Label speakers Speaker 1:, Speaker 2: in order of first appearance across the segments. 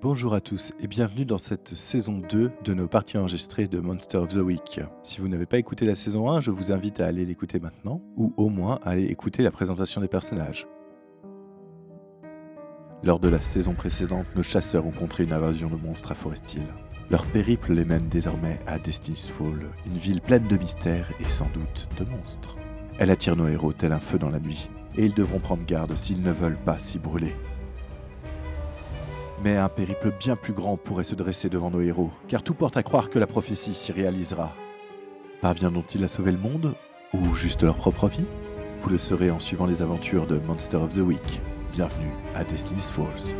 Speaker 1: Bonjour à tous et bienvenue dans cette saison 2 de nos parties enregistrées de Monster of the Week. Si vous n'avez pas écouté la saison 1, je vous invite à aller l'écouter maintenant, ou au moins à aller écouter la présentation des personnages. Lors de la saison précédente, nos chasseurs ont contré une invasion de monstres à Forest Hill. Leur périple les mène désormais à Destiny's Fall, une ville pleine de mystères et sans doute de monstres. Elle attire nos héros tel un feu dans la nuit, et ils devront prendre garde s'ils ne veulent pas s'y brûler. Mais un périple bien plus grand pourrait se dresser devant nos héros, car tout porte à croire que la prophétie s'y réalisera. Parviendront-ils à sauver le monde, ou juste leur propre vie Vous le saurez en suivant les aventures de Monster of the Week. Bienvenue à Destiny's Falls.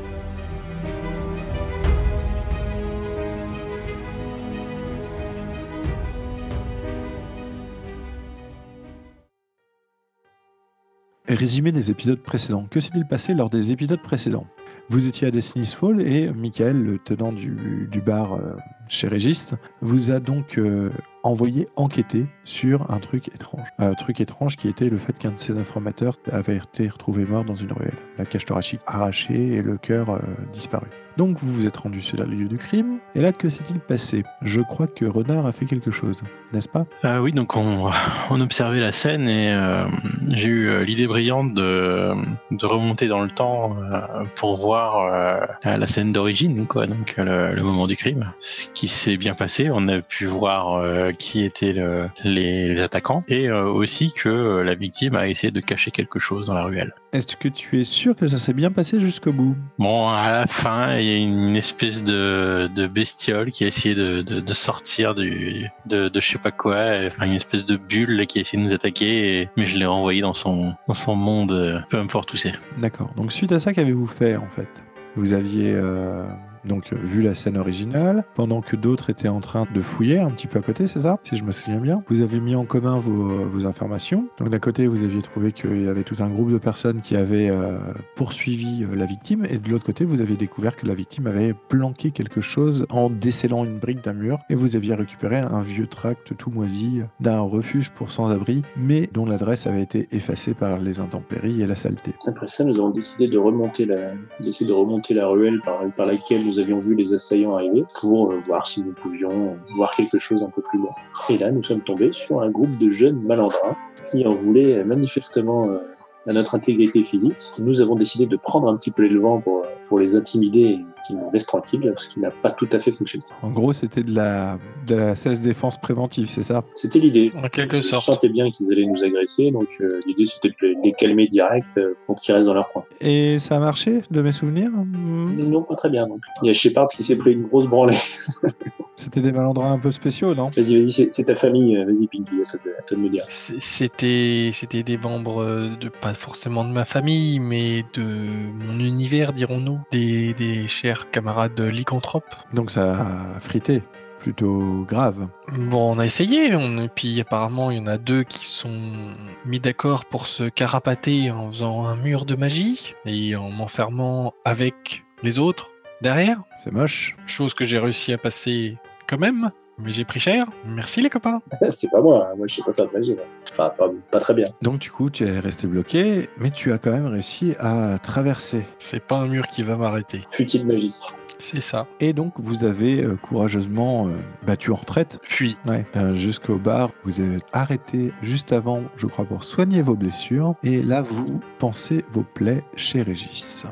Speaker 1: Résumé des épisodes précédents. Que s'est-il passé lors des épisodes précédents Vous étiez à Destiny's Fall et Michael, le tenant du, du bar euh, chez Régis, vous a donc euh, envoyé enquêter sur un truc étrange. Un truc étrange qui était le fait qu'un de ses informateurs avait été retrouvé mort dans une ruelle. La cage thoracique arrachée et le cœur euh, disparu. Donc vous vous êtes rendu sur le lieu du crime. Et là, que s'est-il passé Je crois que Renard a fait quelque chose, n'est-ce pas
Speaker 2: Euh, oui, donc on, on observait la scène et euh, j'ai eu euh, l'idée brillante de, de remonter dans le temps euh, pour voir euh, la- la scène d'origine, quoi, donc euh, le, le moment du crime. Ce qui s'est bien passé, on a pu voir euh, qui étaient le- les, les attaquants et euh, aussi que euh, la victime a essayé de cacher quelque chose dans la ruelle.
Speaker 1: Est-ce que tu es sûr que ça s'est bien passé jusqu'au bout
Speaker 2: Bon, à la fin, il y a une espèce de, de bestiole qui a essayé de, de, de sortir du, de, de je sais pas quoi, euh, enfin une espèce de bulle là, qui a essayé de nous attaquer, et- mais je l'ai renvoyé dans son, dans son monde, euh, peu importe où c'est.
Speaker 1: D'accord. Donc suite à ça, qu'avez-vous fait en fait Vous aviez euh, donc vu la scène originale, pendant que d'autres étaient en train de fouiller un petit peu à côté, c'est ça Si je me souviens bien. Vous avez mis en commun vos, euh, vos informations. Donc d'un côté, vous aviez trouvé qu'il y avait tout un groupe de personnes qui avaient euh, poursuivi euh, la victime, et de l'autre côté, vous aviez découvert que la victime avait planqué quelque chose en décellant une brique d'un mur, et vous aviez récupéré un vieux tract tout moisi d'un refuge pour sans-abri, mais dont l'adresse avait été effacée par les intempéries et la saleté.
Speaker 3: Après ça, nous avons décidé de remonter la, d'essayer de remonter la ruelle par, par laquelle nous avions vu les assaillants arriver pour euh, voir si nous pouvions euh, voir quelque chose un peu plus loin. Et là, nous sommes tombés sur un groupe de jeunes malandrins qui en voulaient euh, manifestement euh, à notre intégrité physique. Nous avons décidé de prendre un petit peu le vent pour, euh, pour les intimider et qu'ils nous laissent tranquilles, ce qui n'a pas tout à fait fonctionné.
Speaker 1: En gros, c'était de la, de la self-défense préventive, c'est ça
Speaker 3: C'était l'idée.
Speaker 2: En
Speaker 4: Euh,
Speaker 2: quelque
Speaker 3: On sentait bien qu'ils allaient nous agresser, donc euh, l'idée c'était de les- de les calmer direct euh, pour qu'ils restent dans leur coin.
Speaker 1: Et ça a marché, de mes souvenirs Hmm.
Speaker 3: Non, pas très bien. Donc. Il y a Shepard qui s'est pris une grosse branlée.
Speaker 1: C'était des malandrins un peu spéciaux, non
Speaker 3: Vas-y, vas-y, c'est c'est ta famille. euh, Vas-y, Pinky, à toi de, à toi de me dire.
Speaker 4: C- C'était, c'était des membres euh, de pas forcément de ma famille, mais de mon univers, dirons-nous, des, des chers camarades lycanthropes.
Speaker 1: Donc ça a frité, plutôt grave.
Speaker 4: Bon, on a essayé, on, et puis apparemment il y en a deux qui sont mis d'accord pour se carapater en faisant un mur de magie et en m'enfermant avec les autres derrière.
Speaker 1: C'est moche.
Speaker 4: Chose que j'ai réussi à passer quand même, mais j'ai pris cher. Merci les copains.
Speaker 3: c'est pas moi. hein. Moi, je sais pas faire de magie. moi. Enfin, pas, pas très bien.
Speaker 1: Donc du coup, tu es resté bloqué, mais tu as quand même réussi à traverser.
Speaker 4: C'est pas un mur qui va m'arrêter.
Speaker 3: Futile magie.
Speaker 4: C'est ça.
Speaker 1: Et donc, vous avez euh, courageusement euh, battu en retraite
Speaker 4: Fuis.
Speaker 1: Ouais, euh, jusqu'au bar. Vous êtes arrêté juste avant, je crois, pour soigner vos blessures. Et là, vous pensez vos plaies chez Régis.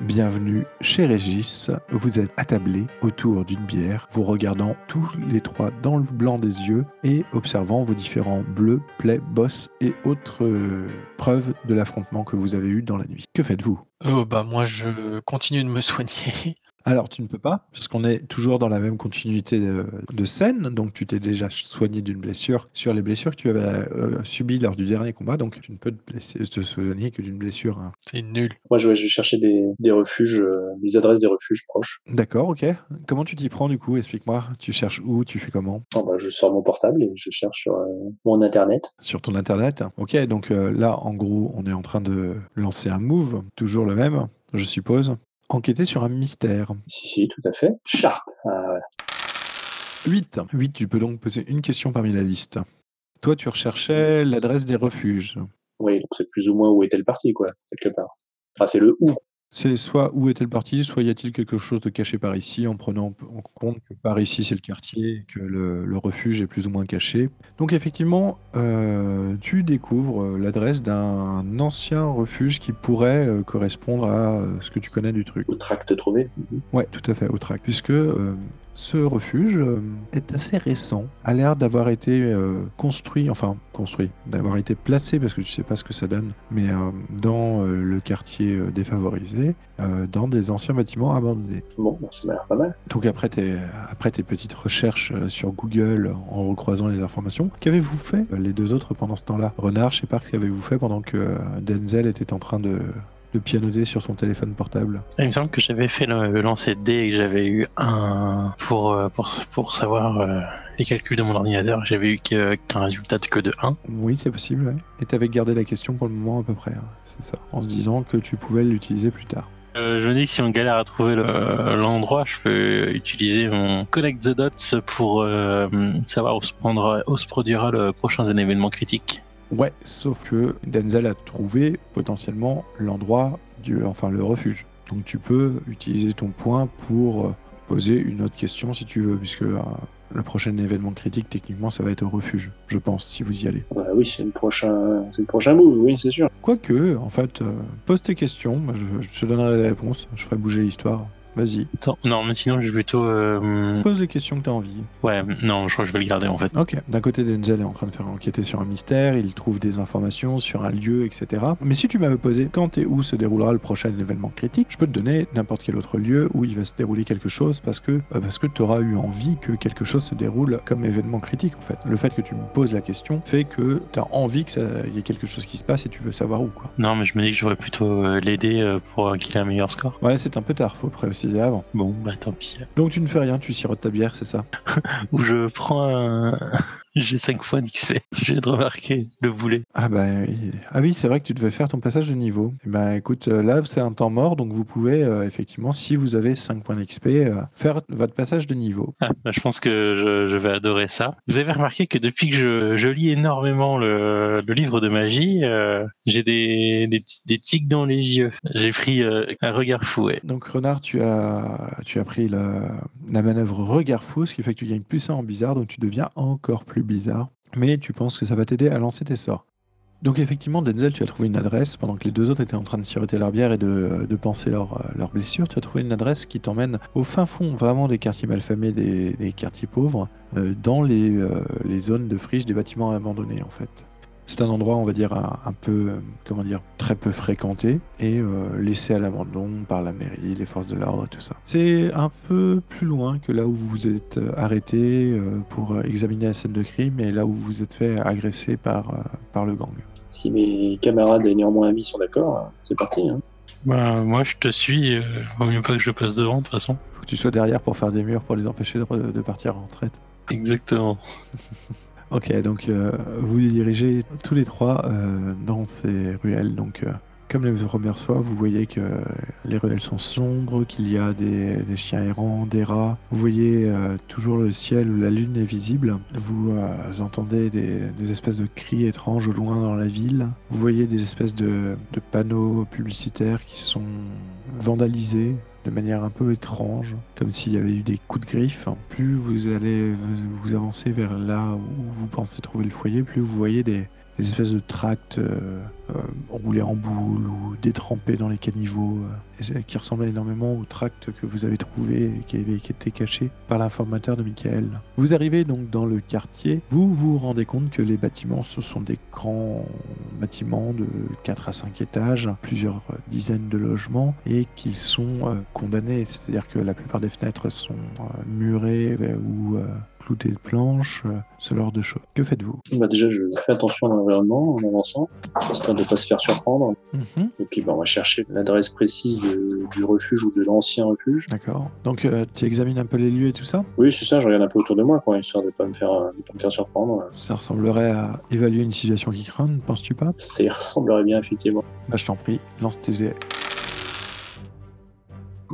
Speaker 1: Bienvenue chez Régis. Vous êtes attablé autour d'une bière, vous regardant tous les trois dans le blanc des yeux et observant vos différents bleus, plaies, bosses et autres euh, preuves de l'affrontement que vous avez eu dans la nuit. Que faites-vous
Speaker 4: Oh bah moi je continue de me soigner.
Speaker 1: alors, tu ne peux pas, puisqu'on est toujours dans la même continuité de, de scène. Donc, tu t'es déjà soigné d'une blessure sur les blessures que tu avais euh, subies lors du dernier combat. Donc, tu ne peux te, blesser- te soigner que d'une blessure. hein.
Speaker 4: C'est nul.
Speaker 3: Moi, je, je cherchais des, des refuges, euh, des adresses des refuges proches.
Speaker 1: D'accord, ok. Comment tu t'y prends du coup Explique-moi. Tu cherches où Tu fais comment
Speaker 3: Bon, bah, je sors mon portable et je cherche sur euh, mon internet.
Speaker 1: Sur ton internet Ok, donc euh, là, en gros, on est en train de lancer un move, toujours le même, je suppose. Enquêter sur un mystère.
Speaker 3: Si, si, tout à fait. Sharp. Ah, ouais.
Speaker 1: 8. 8, tu peux donc poser une question parmi la liste. Toi, tu recherchais l'adresse des refuges.
Speaker 3: oui, donc c'est plus ou moins où était le parti, quoi, quelque part. Enfin, c'est le où.
Speaker 1: C'est soit où est-elle partie, soit y a-t-il quelque chose de caché par ici, en prenant en compte que par ici c'est le quartier, et que le, le refuge est plus ou moins caché. Donc effectivement, euh, tu découvres euh, l'adresse d'un ancien refuge qui pourrait euh, correspondre à euh, ce que tu connais du truc.
Speaker 3: Au tract trouvé. Mhm.
Speaker 1: Ouais, tout à fait, au trac, puisque euh, ce refuge euh, est assez récent, a l'air d'avoir été euh, construit, enfin construit, d'avoir été placé, parce que tu sais pas ce que ça donne, mais euh, dans euh, le quartier euh, défavorisé, euh, dans des anciens bâtiments abandonnés.
Speaker 3: Bon, bah, ça m'a l'air pas mal.
Speaker 1: Donc après tes, après tes petites recherches euh, sur Google en recroisant les informations, qu'avez-vous fait euh, les deux autres pendant ce temps-là Renard, je sais pas, qu'avez-vous fait pendant que euh, Denzel était en train de, de pianoter sur son téléphone portable
Speaker 2: Ah, Il me semble que j'avais fait le, le lancer de dés et que j'avais eu un pour, euh, pour, pour savoir euh, les calculs de mon ordinateur. J'avais eu que- qu'un résultat de que de 1.
Speaker 1: Oui, c'est possible. ouais. Et t'avais gardé la question pour le moment à peu près, hein, c'est ça. En se disant que tu pouvais l'utiliser plus tard.
Speaker 2: Euh, je me dis que si on galère à trouver le- euh, l'endroit, je peux utiliser mon Collect the Dots pour euh, savoir où se, prendra, où se produira le prochain événement critique.
Speaker 1: Ouais, sauf que Denzel a trouvé potentiellement l'endroit du, enfin le refuge. Donc tu peux utiliser ton point pour euh, poser une autre question si tu veux, puisque euh, le prochain événement critique, techniquement, ça va être au refuge, je pense, si vous y allez.
Speaker 3: Bah oui, c'est le prochain, c'est le prochain move, oui, c'est sûr.
Speaker 1: Quoique, en fait, euh, pose tes questions, moi, je, je te donnerai les réponses, je ferai bouger l'histoire. Vas-y,
Speaker 2: Attends, non, mais sinon, je vais plutôt. euh,
Speaker 1: pose les questions que t'as envie.
Speaker 2: ouais, non, je crois que je vais le garder en fait.
Speaker 1: Ok. D'un côté, Denzel est en train de faire enquêter sur un mystère, il trouve des informations sur un lieu, etc. Mais si tu m'avais posé quand et où se déroulera le prochain événement critique, je peux te donner n'importe quel autre lieu où il va se dérouler quelque chose parce que, euh, parce que tu auras eu envie que quelque chose se déroule comme événement critique en fait. Le fait que tu me poses la question fait que tu as envie qu'il y ait quelque chose qui se passe et tu veux savoir où quoi.
Speaker 2: Non, mais je me dis que j'aurais plutôt euh, l'aider euh, pour euh, qu'il ait un meilleur score.
Speaker 1: Voilà, c'est un peu tard, faut préciser avant.
Speaker 2: Bon, bah tant pis.
Speaker 1: Donc tu ne fais rien, tu sirotes ta bière, c'est ça
Speaker 2: Ou je prends un. J'ai 5 fois d'XP. J'ai remarqué le boulet.
Speaker 1: Ah bah oui. ah oui, c'est vrai que tu devais faire ton passage de niveau. Eh ben écoute, euh, là c'est un temps mort, donc vous pouvez euh, effectivement, si vous avez 5 points d'XP, euh, faire votre passage de niveau.
Speaker 2: Ah, bah, je pense que je, je vais adorer ça. Vous avez remarqué que depuis que je, je lis énormément le, le livre de magie, euh, j'ai des, des, t- des tics dans les yeux. J'ai pris euh, un regard fouet.
Speaker 1: Donc Renard, tu as, tu as pris la, la manœuvre regard fou, ce qui fait que tu gagnes plus 1 en bizarre, donc tu deviens encore plus bizarre. Mais tu penses que ça va t'aider à lancer tes sorts. Donc effectivement, Denzel, tu as trouvé une adresse, pendant que les deux autres étaient en train de siroter leur bière et de, de penser leur, euh, leurs blessures, tu as trouvé une adresse qui t'emmène au fin fond vraiment des quartiers malfamés, des, des quartiers pauvres, euh, dans les, euh, les zones de friche des bâtiments abandonnés en fait. C'est un endroit, on va dire, un, un peu, euh, comment dire, très peu fréquenté et euh, laissé à l'abandon par la mairie, les forces de l'ordre et tout ça. C'est un peu plus loin que là où vous vous êtes euh, arrêté euh, pour euh, examiner la scène de crime et là où vous vous êtes fait agresser par, euh, par le gang.
Speaker 3: Si mes camarades et néanmoins amis sont d'accord, euh, c'est parti. Hein.
Speaker 2: Bah, moi, je te suis. euh, vaut mieux pas que je passe devant, de toute façon.
Speaker 1: Faut que tu sois derrière pour faire des murs pour les empêcher de, re- de partir en retraite.
Speaker 2: Exactement.
Speaker 1: Ok, donc euh, vous les dirigez tous les trois euh, dans ces ruelles. Donc, euh, comme les premières fois, vous voyez que les ruelles sont sombres, qu'il y a des, des chiens errants, des rats. Vous voyez euh, toujours le ciel où la lune est visible. Vous euh, entendez des, des espèces de cris étranges au loin dans la ville. Vous voyez des espèces de, de panneaux publicitaires qui sont vandalisés de manière un peu étrange, comme s'il y avait eu des coups de griffe. Hein. Plus vous allez vous- vous avancer vers là où vous pensez trouver le foyer, plus vous voyez des, des espèces de tracts euh, euh, roulés en boule ou détrempés dans les caniveaux, euh, et c'est- qui ressemblent énormément aux tracts que vous avez trouvés et qui, avaient- qui étaient cachés par l'informateur de Michael. Vous arrivez donc dans le quartier, vous vous rendez compte que les bâtiments, ce sont des grands bâtiments de 4 à 5 étages, plusieurs euh, dizaines de logements, et qu'ils sont euh, condamnés, c'est-à-dire que la plupart des fenêtres sont euh, murées euh, ou euh, cloutées de planches, euh, ce genre de choses. Que faites-vous
Speaker 3: Bah, déjà, je fais attention à l'environnement en avançant, histoire de ne pas se faire surprendre. Et puis, bah, on va chercher l'adresse précise de- du refuge ou de l'ancien refuge.
Speaker 1: D'accord. Donc euh, tu examines un peu les lieux et tout ça
Speaker 3: Oui, c'est ça, je regarde un peu autour de moi, quoi, histoire de ne pas, me faire, euh, de pas me faire surprendre.
Speaker 1: Ça ressemblerait à évaluer une situation qui craint, penses-tu pas
Speaker 3: Ça y ressemblerait bien, effectivement.
Speaker 1: Bah je t'en prie, lance tes dés.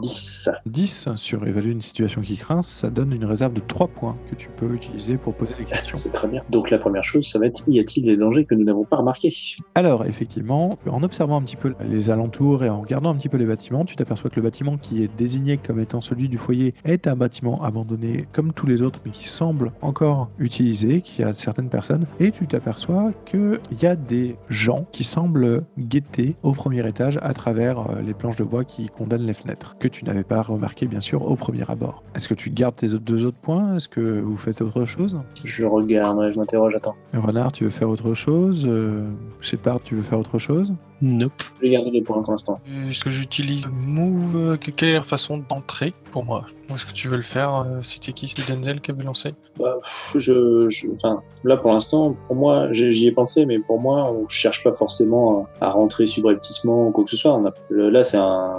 Speaker 3: 10.
Speaker 1: 10 sur évaluer une situation qui craint, ça donne une réserve de 3 points que tu peux utiliser pour poser des questions.
Speaker 3: C'est très bien. Donc la première chose, ça va être y a-t-il des dangers que nous n'avons pas remarqués
Speaker 1: Alors, effectivement, en observant un petit peu les alentours et en regardant un petit peu les bâtiments, tu t'aperçois que le bâtiment qui est désigné comme étant celui du foyer est un bâtiment abandonné comme tous les autres, mais qui semble encore utilisé, qu'il y a certaines personnes. Et tu t'aperçois qu'il y a des gens qui semblent guetter au premier étage à travers euh, les planches de bois qui condamnent les fenêtres, que tu n'avais pas remarqué, bien sûr, au premier abord. Est-ce que tu gardes tes autres- deux autres points Est-ce que vous faites autre chose
Speaker 3: Je regarde, ouais, je m'interroge, attends.
Speaker 1: Renard, tu veux faire autre chose euh, Shepard, tu veux faire autre chose
Speaker 2: Nope.
Speaker 3: Je vais garder les points pour l'instant.
Speaker 4: Euh, Est-ce que j'utilise le move euh, que- Quelle est la façon d'entrer pour moi Est-ce que tu veux le faire euh, C'était qui C'était Denzel qui avait lancé
Speaker 3: Bah, pff, je, je- enfin, là, pour l'instant, pour moi, j'ai- j'y ai pensé, mais pour moi, on cherche pas forcément à rentrer subrepticement ou quoi que ce soit. On a- le- là, c'est un,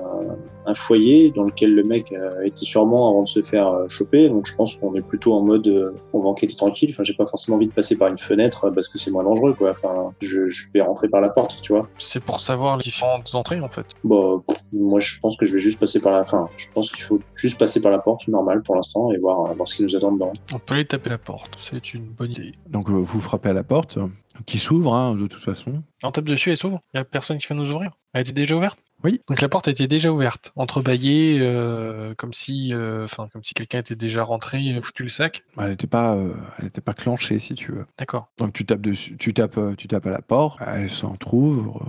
Speaker 3: un foyer dans lequel le mec euh, était sûrement avant de se faire euh, choper, donc je pense qu'on est plutôt en mode euh, on va enquêter tranquille. Enfin, j'ai pas forcément envie de passer par une fenêtre euh, parce que c'est moins dangereux, quoi. Enfin, je, je vais rentrer par la porte, tu vois.
Speaker 4: C'est pour savoir les différentes entrées en fait.
Speaker 3: Bon, pff, moi, je pense que je vais juste passer par la fin. Je pense qu'il faut juste passer par la porte, normal pour l'instant, et voir, euh, voir ce qui nous attend dedans.
Speaker 4: On peut aller taper la porte, c'est une bonne idée.
Speaker 1: Donc euh, vous frappez à la porte, euh, qui s'ouvre hein, de toute façon.
Speaker 4: On tape dessus, elle s'ouvre. Il n'y a personne qui vient nous ouvrir. Elle était déjà ouverte
Speaker 1: Oui.
Speaker 4: Donc la porte était déjà ouverte, entrebâillée, euh, comme si, euh, enfin, comme si quelqu'un était déjà rentré, et foutu le sac.
Speaker 1: Elle n'était pas, euh, elle n'était pas clenchée si tu veux.
Speaker 4: D'accord.
Speaker 1: Donc tu tapes dessus, tu tapes, euh, tu tapes à la porte, elle s'entrouvre.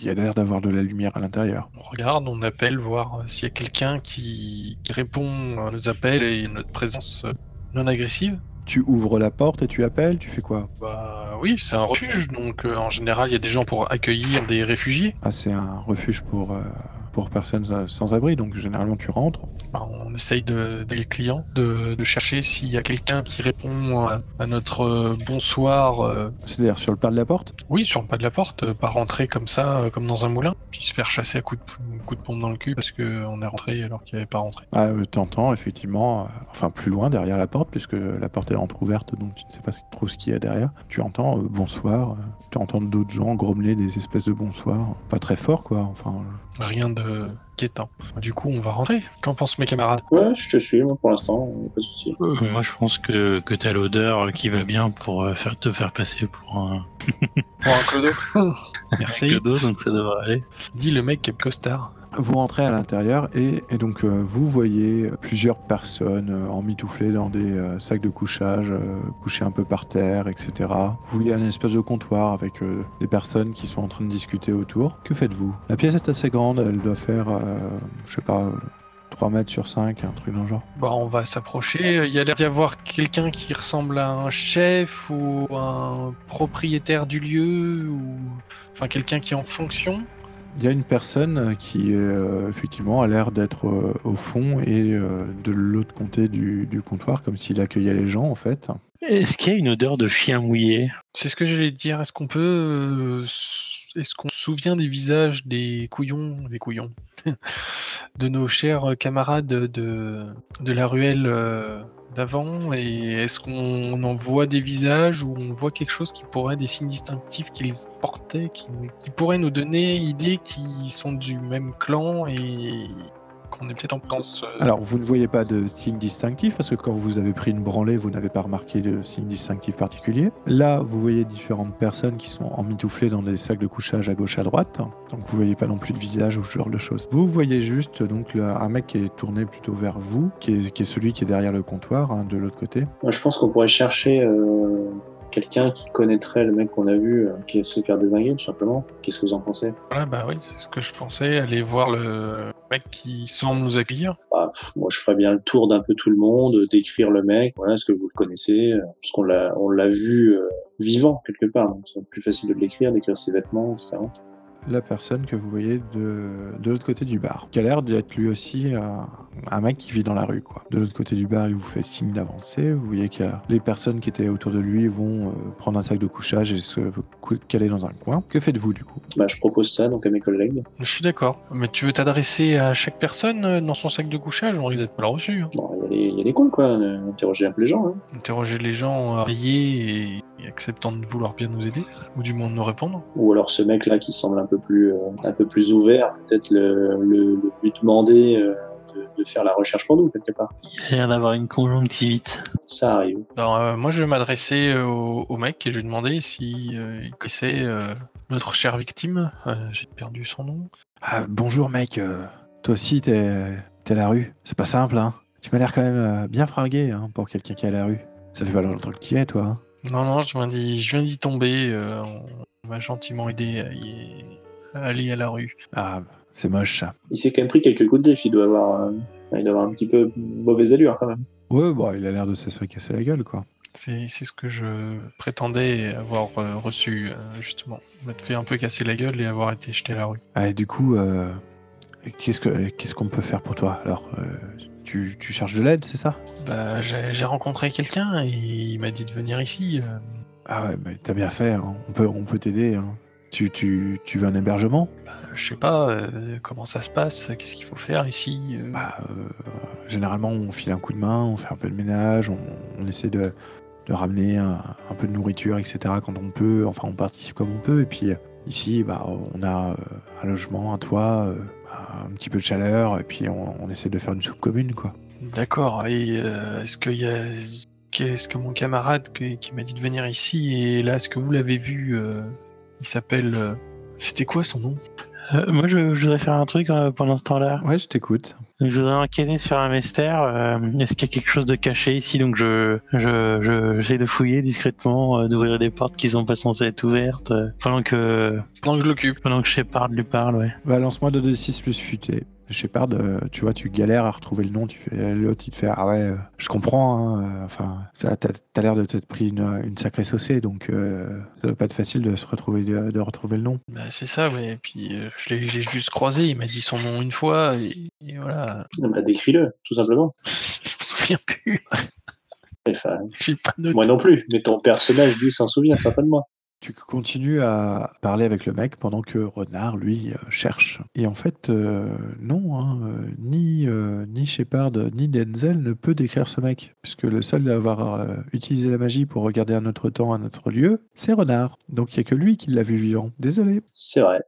Speaker 1: Il y a l'air d'avoir de la lumière à l'intérieur.
Speaker 4: On regarde, on appelle, voir euh, s'il y a quelqu'un qui, qui répond à nos appels et notre présence euh, non agressive.
Speaker 1: Tu ouvres la porte et tu appelles, tu fais quoi
Speaker 4: Bah oui, c'est un refuge, donc euh, en général, il y a des gens pour accueillir des réfugiés.
Speaker 1: Ah, c'est un refuge pour, euh, pour personnes euh, sans abri, donc généralement tu rentres.
Speaker 4: Bah, on essaye de- d'aider le client, de, de chercher s'il y a quelqu'un qui répond à, à notre euh, bonsoir. euh,
Speaker 1: C'est-à-dire sur le pas de la porte
Speaker 4: oui, sur le pas de la porte, euh, pas rentrer comme ça, euh, comme dans un moulin, puis se faire chasser à coups de, pou- coups de pompe dans le cul parce qu'on est rentré alors qu'il n'y avait pas rentré.
Speaker 1: Ah, euh, t'entends effectivement, euh, enfin plus loin derrière la porte, puisque la porte est entrouverte, donc tu ne sais pas si- trop ce qu'il y a derrière. Tu entends euh, bonsoir, euh, tu entends d'autres gens grommeler des espèces de bonsoir, pas très fort quoi, enfin. euh,
Speaker 4: Rien de guettant. Du coup, on va rentrer. Qu'en pensent mes camarades
Speaker 3: Ouais, je te suis, moi, pour l'instant, y a pas de souci.
Speaker 2: Euh, Moi, je pense que, que t'as l'odeur qui va bien pour euh, faire, te faire passer pour un
Speaker 4: Pour un clodo Merci.
Speaker 2: cadeau, donc ça devrait aller.
Speaker 4: Dit le mec qui est costard.
Speaker 1: Vous rentrez à l'intérieur et, et donc euh, vous voyez plusieurs personnes euh, emmitouflées dans des euh, sacs de couchage, euh, couchées un peu par terre, etc. Vous voyez un espèce de comptoir avec euh, des personnes qui sont en train de discuter autour. Que faites-vous La pièce est assez grande, elle doit faire, euh, je sais pas, euh, 3 mètres sur 5, un truc dans le genre.
Speaker 4: Bah, on va s'approcher. Il y a l'air d'y avoir quelqu'un qui ressemble à un chef ou un propriétaire du lieu ou. Enfin, quelqu'un qui est en fonction.
Speaker 1: Il y a une personne euh, qui, euh, effectivement, a l'air d'être euh, au fond et euh, de l'autre côté du, du comptoir, comme s'il accueillait les gens, en fait.
Speaker 2: Est-ce qu'il y a une odeur de chien mouillé
Speaker 4: C'est ce que j'allais te dire. Est-ce qu'on peut. euh, s- Est-ce qu'on se souvient des visages des couillons. Des couillons. de nos chers camarades de, de la ruelle euh, d'avant Et est-ce qu'on en voit des visages ou on voit quelque chose qui pourrait. des signes distinctifs qu'ils portaient, qui, qui pourraient nous donner idée qu'ils sont du même clan et qu'on est peut-être en France. euh,
Speaker 1: Alors, vous ne voyez pas de signe distinctif, parce que quand vous avez pris une branlée, vous n'avez pas remarqué de signe distinctif particulier. Là, vous voyez différentes personnes qui sont emmitouflées dans des sacs de couchage à gauche, à droite. Donc, vous voyez pas non plus de visage ou ce genre de choses. Vous voyez juste donc le- un mec qui est tourné plutôt vers vous, qui est, qui est celui qui est derrière le comptoir, hein, de l'autre côté.
Speaker 3: Moi, je pense qu'on pourrait chercher euh, quelqu'un qui connaîtrait le mec qu'on a vu, euh, qui a se faire désinguer, tout simplement. Qu'est-ce que vous en pensez
Speaker 4: Voilà, bah oui, c'est ce que je pensais, aller voir le mec qui semble nous accueillir.
Speaker 3: bah, pff, Moi, je ferais bien le tour d'un peu tout le monde, euh, décrire le mec, voilà, est-ce que vous le connaissez euh, Parce qu'on l'a, on l'a vu euh, vivant, quelque part, donc c'est plus facile de le décrire, d'écrire ses vêtements, etc.
Speaker 1: la personne que vous voyez de, de l'autre côté du bar, qui a l'air d'être lui aussi euh, un mec qui vit dans la rue. quoi. De l'autre côté du bar, il vous fait signe d'avancer. Vous voyez que les personnes qui étaient autour de lui vont euh, prendre un sac de couchage et se cou- caler dans un coin. Que faites-vous du coup
Speaker 3: Bah, je propose ça donc à mes collègues.
Speaker 4: Je suis d'accord. Mais tu veux t'adresser à chaque personne euh, dans son sac de couchage On risque d'être mal reçu. hein.
Speaker 3: Bon, il y a des- il y a des cons, quoi. euh, Interroger un peu les gens. hein.
Speaker 4: Interroger les gens à payer et acceptant de vouloir bien nous aider, ou du moins de nous répondre.
Speaker 3: Ou alors ce mec-là qui semble un peu plus, euh, un peu plus ouvert, peut-être le, le- le lui demander euh, de, de faire la recherche pour nous, quelque part.
Speaker 2: Il a l'air d'avoir une conjonctivite.
Speaker 3: Ça arrive.
Speaker 4: Alors euh, moi je vais m'adresser euh, au, au mec et je vais lui demander si euh, il connaissait euh, notre chère victime. Euh, J'ai perdu son nom.
Speaker 1: Ah, bonjour mec, euh, toi aussi t'es t'es à la rue, c'est pas simple hein. Tu m'as l'air quand même euh, bien fringué hein, pour quelqu'un qui est à la rue. Ça fait pas longtemps que tu es toi. hein.
Speaker 4: Non, non, je viens d'y, je viens d'y tomber. euh, on m'a gentiment aidé à, y- à aller à la rue.
Speaker 1: Ah, c'est moche ça.
Speaker 3: Il s'est quand même pris quelques coups de griffe, il doit avoir, euh, il doit avoir un petit peu mauvaise allure quand même.
Speaker 1: Ouais, bon, il a l'air de se faire casser la gueule quoi.
Speaker 4: C'est, c'est ce que je prétendais avoir euh, reçu, euh, justement. M'être fait un peu casser la gueule et avoir été jeté à la rue.
Speaker 1: Ah, et du coup, euh, qu'est-ce que- qu'est-ce qu'on peut faire pour toi Alors, euh, tu, tu cherches de l'aide, c'est ça
Speaker 4: Bah, j'ai, j'ai rencontré quelqu'un et il m'a dit de venir ici. euh.
Speaker 1: Ah ouais, mais t'as bien fait, hein. on peut on peut t'aider. hein. Tu, tu, tu veux un hébergement
Speaker 4: bah, je sais pas euh, comment ça se passe, qu'est-ce qu'il faut faire ici. euh.
Speaker 1: Bah, euh, généralement, on file un coup de main, on fait un peu de ménage, on, on essaie de, de ramener un, un peu de nourriture, etc. quand on peut. Enfin, on participe comme on peut. Et puis, euh, ici, bah, on a euh, un logement, un toit, euh, bah, un petit peu de chaleur, et puis on, on essaie de faire une soupe commune, quoi.
Speaker 4: D'accord. Et euh, est-ce qu'il y a. Qu'est-ce que mon camarade que- qui m'a dit de venir ici et là, est-ce que vous l'avez vu euh, Il s'appelle. euh, C'était quoi son nom
Speaker 2: Euh, moi, je, je voudrais faire un truc euh, pendant ce temps-là.
Speaker 1: Ouais, je t'écoute.
Speaker 2: Donc, je voudrais enquêter sur un mystère. euh, Est-ce qu'il y a quelque chose de caché ici Donc je je- je- j'essaie de fouiller discrètement, euh, d'ouvrir des portes qui sont pas censées être ouvertes euh, pendant que
Speaker 4: Pendant que je l'occupe.
Speaker 2: pendant que Shepard lui parle. Ouais.
Speaker 1: Bah, lance-moi 2d6 plus futé. Shepard, euh, tu vois, tu galères à retrouver le nom. Tu fais, l'autre, il te fait Ah ouais, euh, je comprends. hein, euh, enfin, ça, t'as, t'as l'air de t'être pris une, une sacrée saucée, donc euh, ça doit pas être facile de se retrouver, de, de retrouver le nom.
Speaker 4: Bah, c'est ça, ouais. Et puis euh, je l'ai je l'ai juste croisé, il m'a dit son nom une fois, et, et voilà.
Speaker 3: Eh ben, Décris-le, tout simplement.
Speaker 4: je me souviens plus.
Speaker 3: Enfin,
Speaker 4: J'ai pas de.
Speaker 3: moi non plus, mais ton personnage, lui, s'en souvient certainement.
Speaker 1: Tu continues à parler avec le mec pendant que Renard, lui, euh, cherche. Et en fait, euh, non, hein, euh, ni, euh, ni Shepard, ni Denzel ne peut décrire ce mec, puisque le seul à avoir euh, utilisé la magie pour regarder un autre temps, un autre lieu, c'est Renard. Donc il n'y a que lui qui l'a vu vivant. Désolé.
Speaker 3: C'est vrai.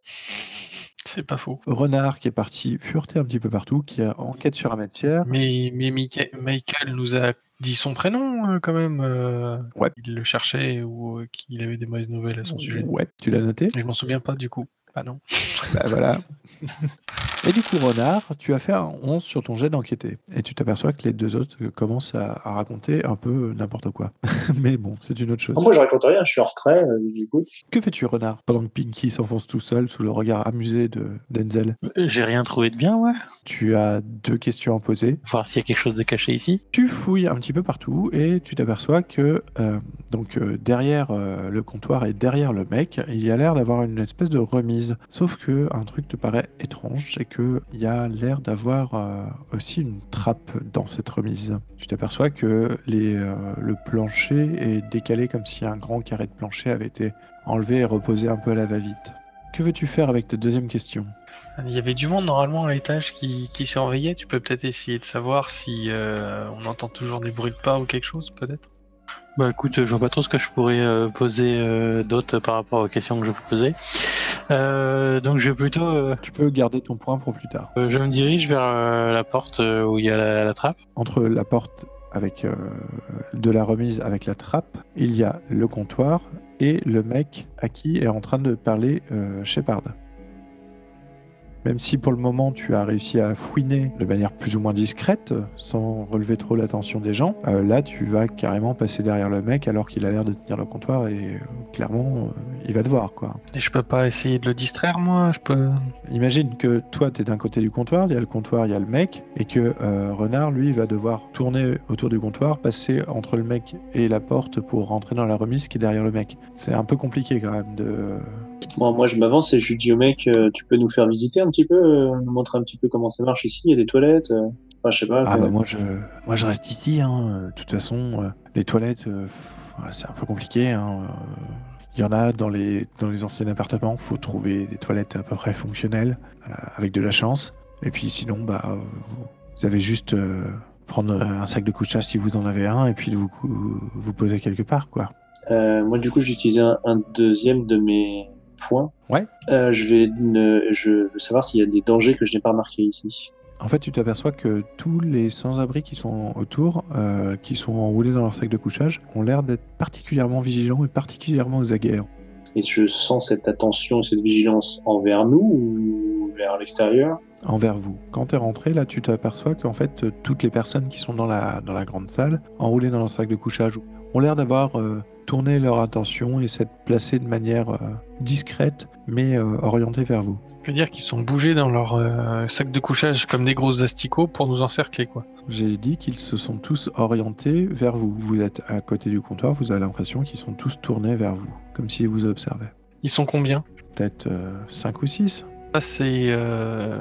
Speaker 4: C'est pas faux.
Speaker 1: Renard qui est parti fureter un petit peu partout, qui a enquête sur un matière.
Speaker 4: Mais, mais Mica- Michael nous a dit son prénom euh, quand même. euh,
Speaker 1: Ouais.
Speaker 4: Il le cherchait ou euh, qu'il avait des mauvaises nouvelles à son sujet.
Speaker 1: Ouais, tu l'as noté
Speaker 4: Et je m'en souviens pas du coup. Ah non.
Speaker 1: Bah voilà. Et du coup, Renard, tu as fait un 11 sur ton jet d'enquêter. Et tu t'aperçois que les deux autres euh, commencent à, à raconter un peu n'importe quoi. Mais bon, c'est une autre chose.
Speaker 3: Moi, je raconte rien, je suis en retrait, euh, j'écoute.
Speaker 1: Que fais-tu, Renard, pendant que Pinky s'enfonce tout seul sous le regard amusé de Denzel
Speaker 2: Euh, J'ai rien trouvé de bien, ouais.
Speaker 1: Tu as deux questions à poser.
Speaker 2: Voir s'il y a quelque chose de caché ici.
Speaker 1: Tu fouilles un petit peu partout et tu t'aperçois que euh, donc euh, derrière euh, le comptoir et derrière le mec, il y a l'air d'avoir une espèce de remise. Sauf que un truc te paraît étrange, c'est que il y a l'air d'avoir euh, aussi une trappe dans cette remise. Tu t'aperçois que les, euh, le plancher est décalé comme si un grand carré de plancher avait été enlevé et reposé un peu à la va-vite. Que veux-tu faire avec ta deuxième question
Speaker 4: Il y avait du monde normalement à l'étage qui, qui surveillait. Tu peux peut-être essayer de savoir si euh, on entend toujours des bruits de pas ou quelque chose peut-être.
Speaker 2: Bah écoute, je vois pas trop ce que je pourrais euh, poser euh, d'autre par rapport aux questions que je vous posais. Euh, donc je vais plutôt, euh,
Speaker 1: Tu peux garder ton point pour plus tard.
Speaker 2: euh, je me dirige vers euh, la porte euh, où il y a la, la trappe.
Speaker 1: entre la porte avec euh, de la remise avec la trappe, il y a le comptoir et le mec à qui est en train de parler euh, Shepard. Même si pour le moment tu as réussi à fouiner de manière plus ou moins discrète, sans relever trop l'attention des gens, euh, là tu vas carrément passer derrière le mec alors qu'il a l'air de tenir le comptoir et euh, clairement euh, il va te voir quoi.
Speaker 4: Et je peux pas essayer de le distraire moi. Je peux.
Speaker 1: Imagine que toi, tu es d'un côté du comptoir, il y a le comptoir, il y a le mec, et que euh, Renard, lui, va devoir tourner autour du comptoir, passer entre le mec et la porte pour rentrer dans la remise qui est derrière le mec. C'est un peu compliqué quand même de...
Speaker 3: Bon, moi, je m'avance et je lui dis au mec, euh, tu peux nous faire visiter un petit peu, euh, nous montrer un petit peu comment ça marche ici, il y a des toilettes. euh. Enfin, je sais pas.
Speaker 1: Ah
Speaker 3: quoi.
Speaker 1: bah moi je, moi, je reste ici, hein. de toute façon, euh, les toilettes, euh, pff, c'est un peu compliqué. hein. Euh, Il y en a dans les, dans les anciens appartements, faut trouver des toilettes à peu près fonctionnelles, euh, avec de la chance. Et puis sinon, bah, euh, vous, vous avez juste... euh, prendre prendre euh, un sac de couchage si vous en avez un et puis de vous, vous poser quelque part, quoi.
Speaker 3: Euh, moi, du coup, j'utilisais un, un deuxième de mes points.
Speaker 1: Ouais.
Speaker 3: Euh, je, vais ne- je veux savoir s'il y a des dangers que je n'ai pas remarqués ici.
Speaker 1: En fait, tu t'aperçois que tous les sans-abri qui sont autour, euh, qui sont enroulés dans leur sac de couchage, ont l'air d'être particulièrement vigilants et particulièrement aux aguets.
Speaker 3: Et je sens cette attention, cette vigilance envers nous ou vers l'extérieur.
Speaker 1: envers vous. Quand t'es rentré, là, tu t'aperçois qu'en fait, euh, toutes les personnes qui sont dans la, dans la grande salle, enroulées dans leur sac de couchage, ont l'air d'avoir euh, tourné leur attention et s'être placées de manière euh, discrète, mais euh, orientée vers vous.
Speaker 4: Je peux dire qu'ils sont bougés dans leur euh, sac de couchage comme des grosses asticots pour nous encercler, quoi.
Speaker 1: J'ai dit qu'ils se sont tous orientés vers vous. Vous êtes à côté du comptoir, vous avez l'impression qu'ils sont tous tournés vers vous, comme s'ils vous observaient.
Speaker 4: Ils sont combien
Speaker 1: Peut-être 5 ou 6
Speaker 4: Ça, c'est euh,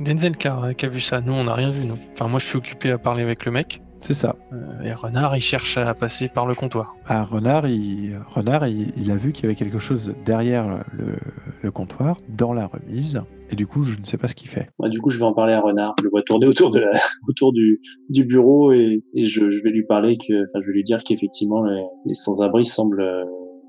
Speaker 4: Denzel qui a, qui a vu ça. Nous, on n'a rien vu, non. Enfin, moi, je suis occupé à parler avec le mec.
Speaker 1: C'est ça.
Speaker 4: Euh, et Renard, il cherche à passer par le comptoir.
Speaker 1: Ah, Renard, il, Renard, il, il a vu qu'il y avait quelque chose derrière le, le comptoir, dans la remise, et du coup, je ne sais pas ce qu'il fait.
Speaker 3: Moi, Bah, du coup, je vais en parler à Renard. Je le vois tourner autour, de la, autour du, du bureau et, et je, je vais lui parler que, enfin, je vais lui dire qu'effectivement, les, les sans-abri semblent euh,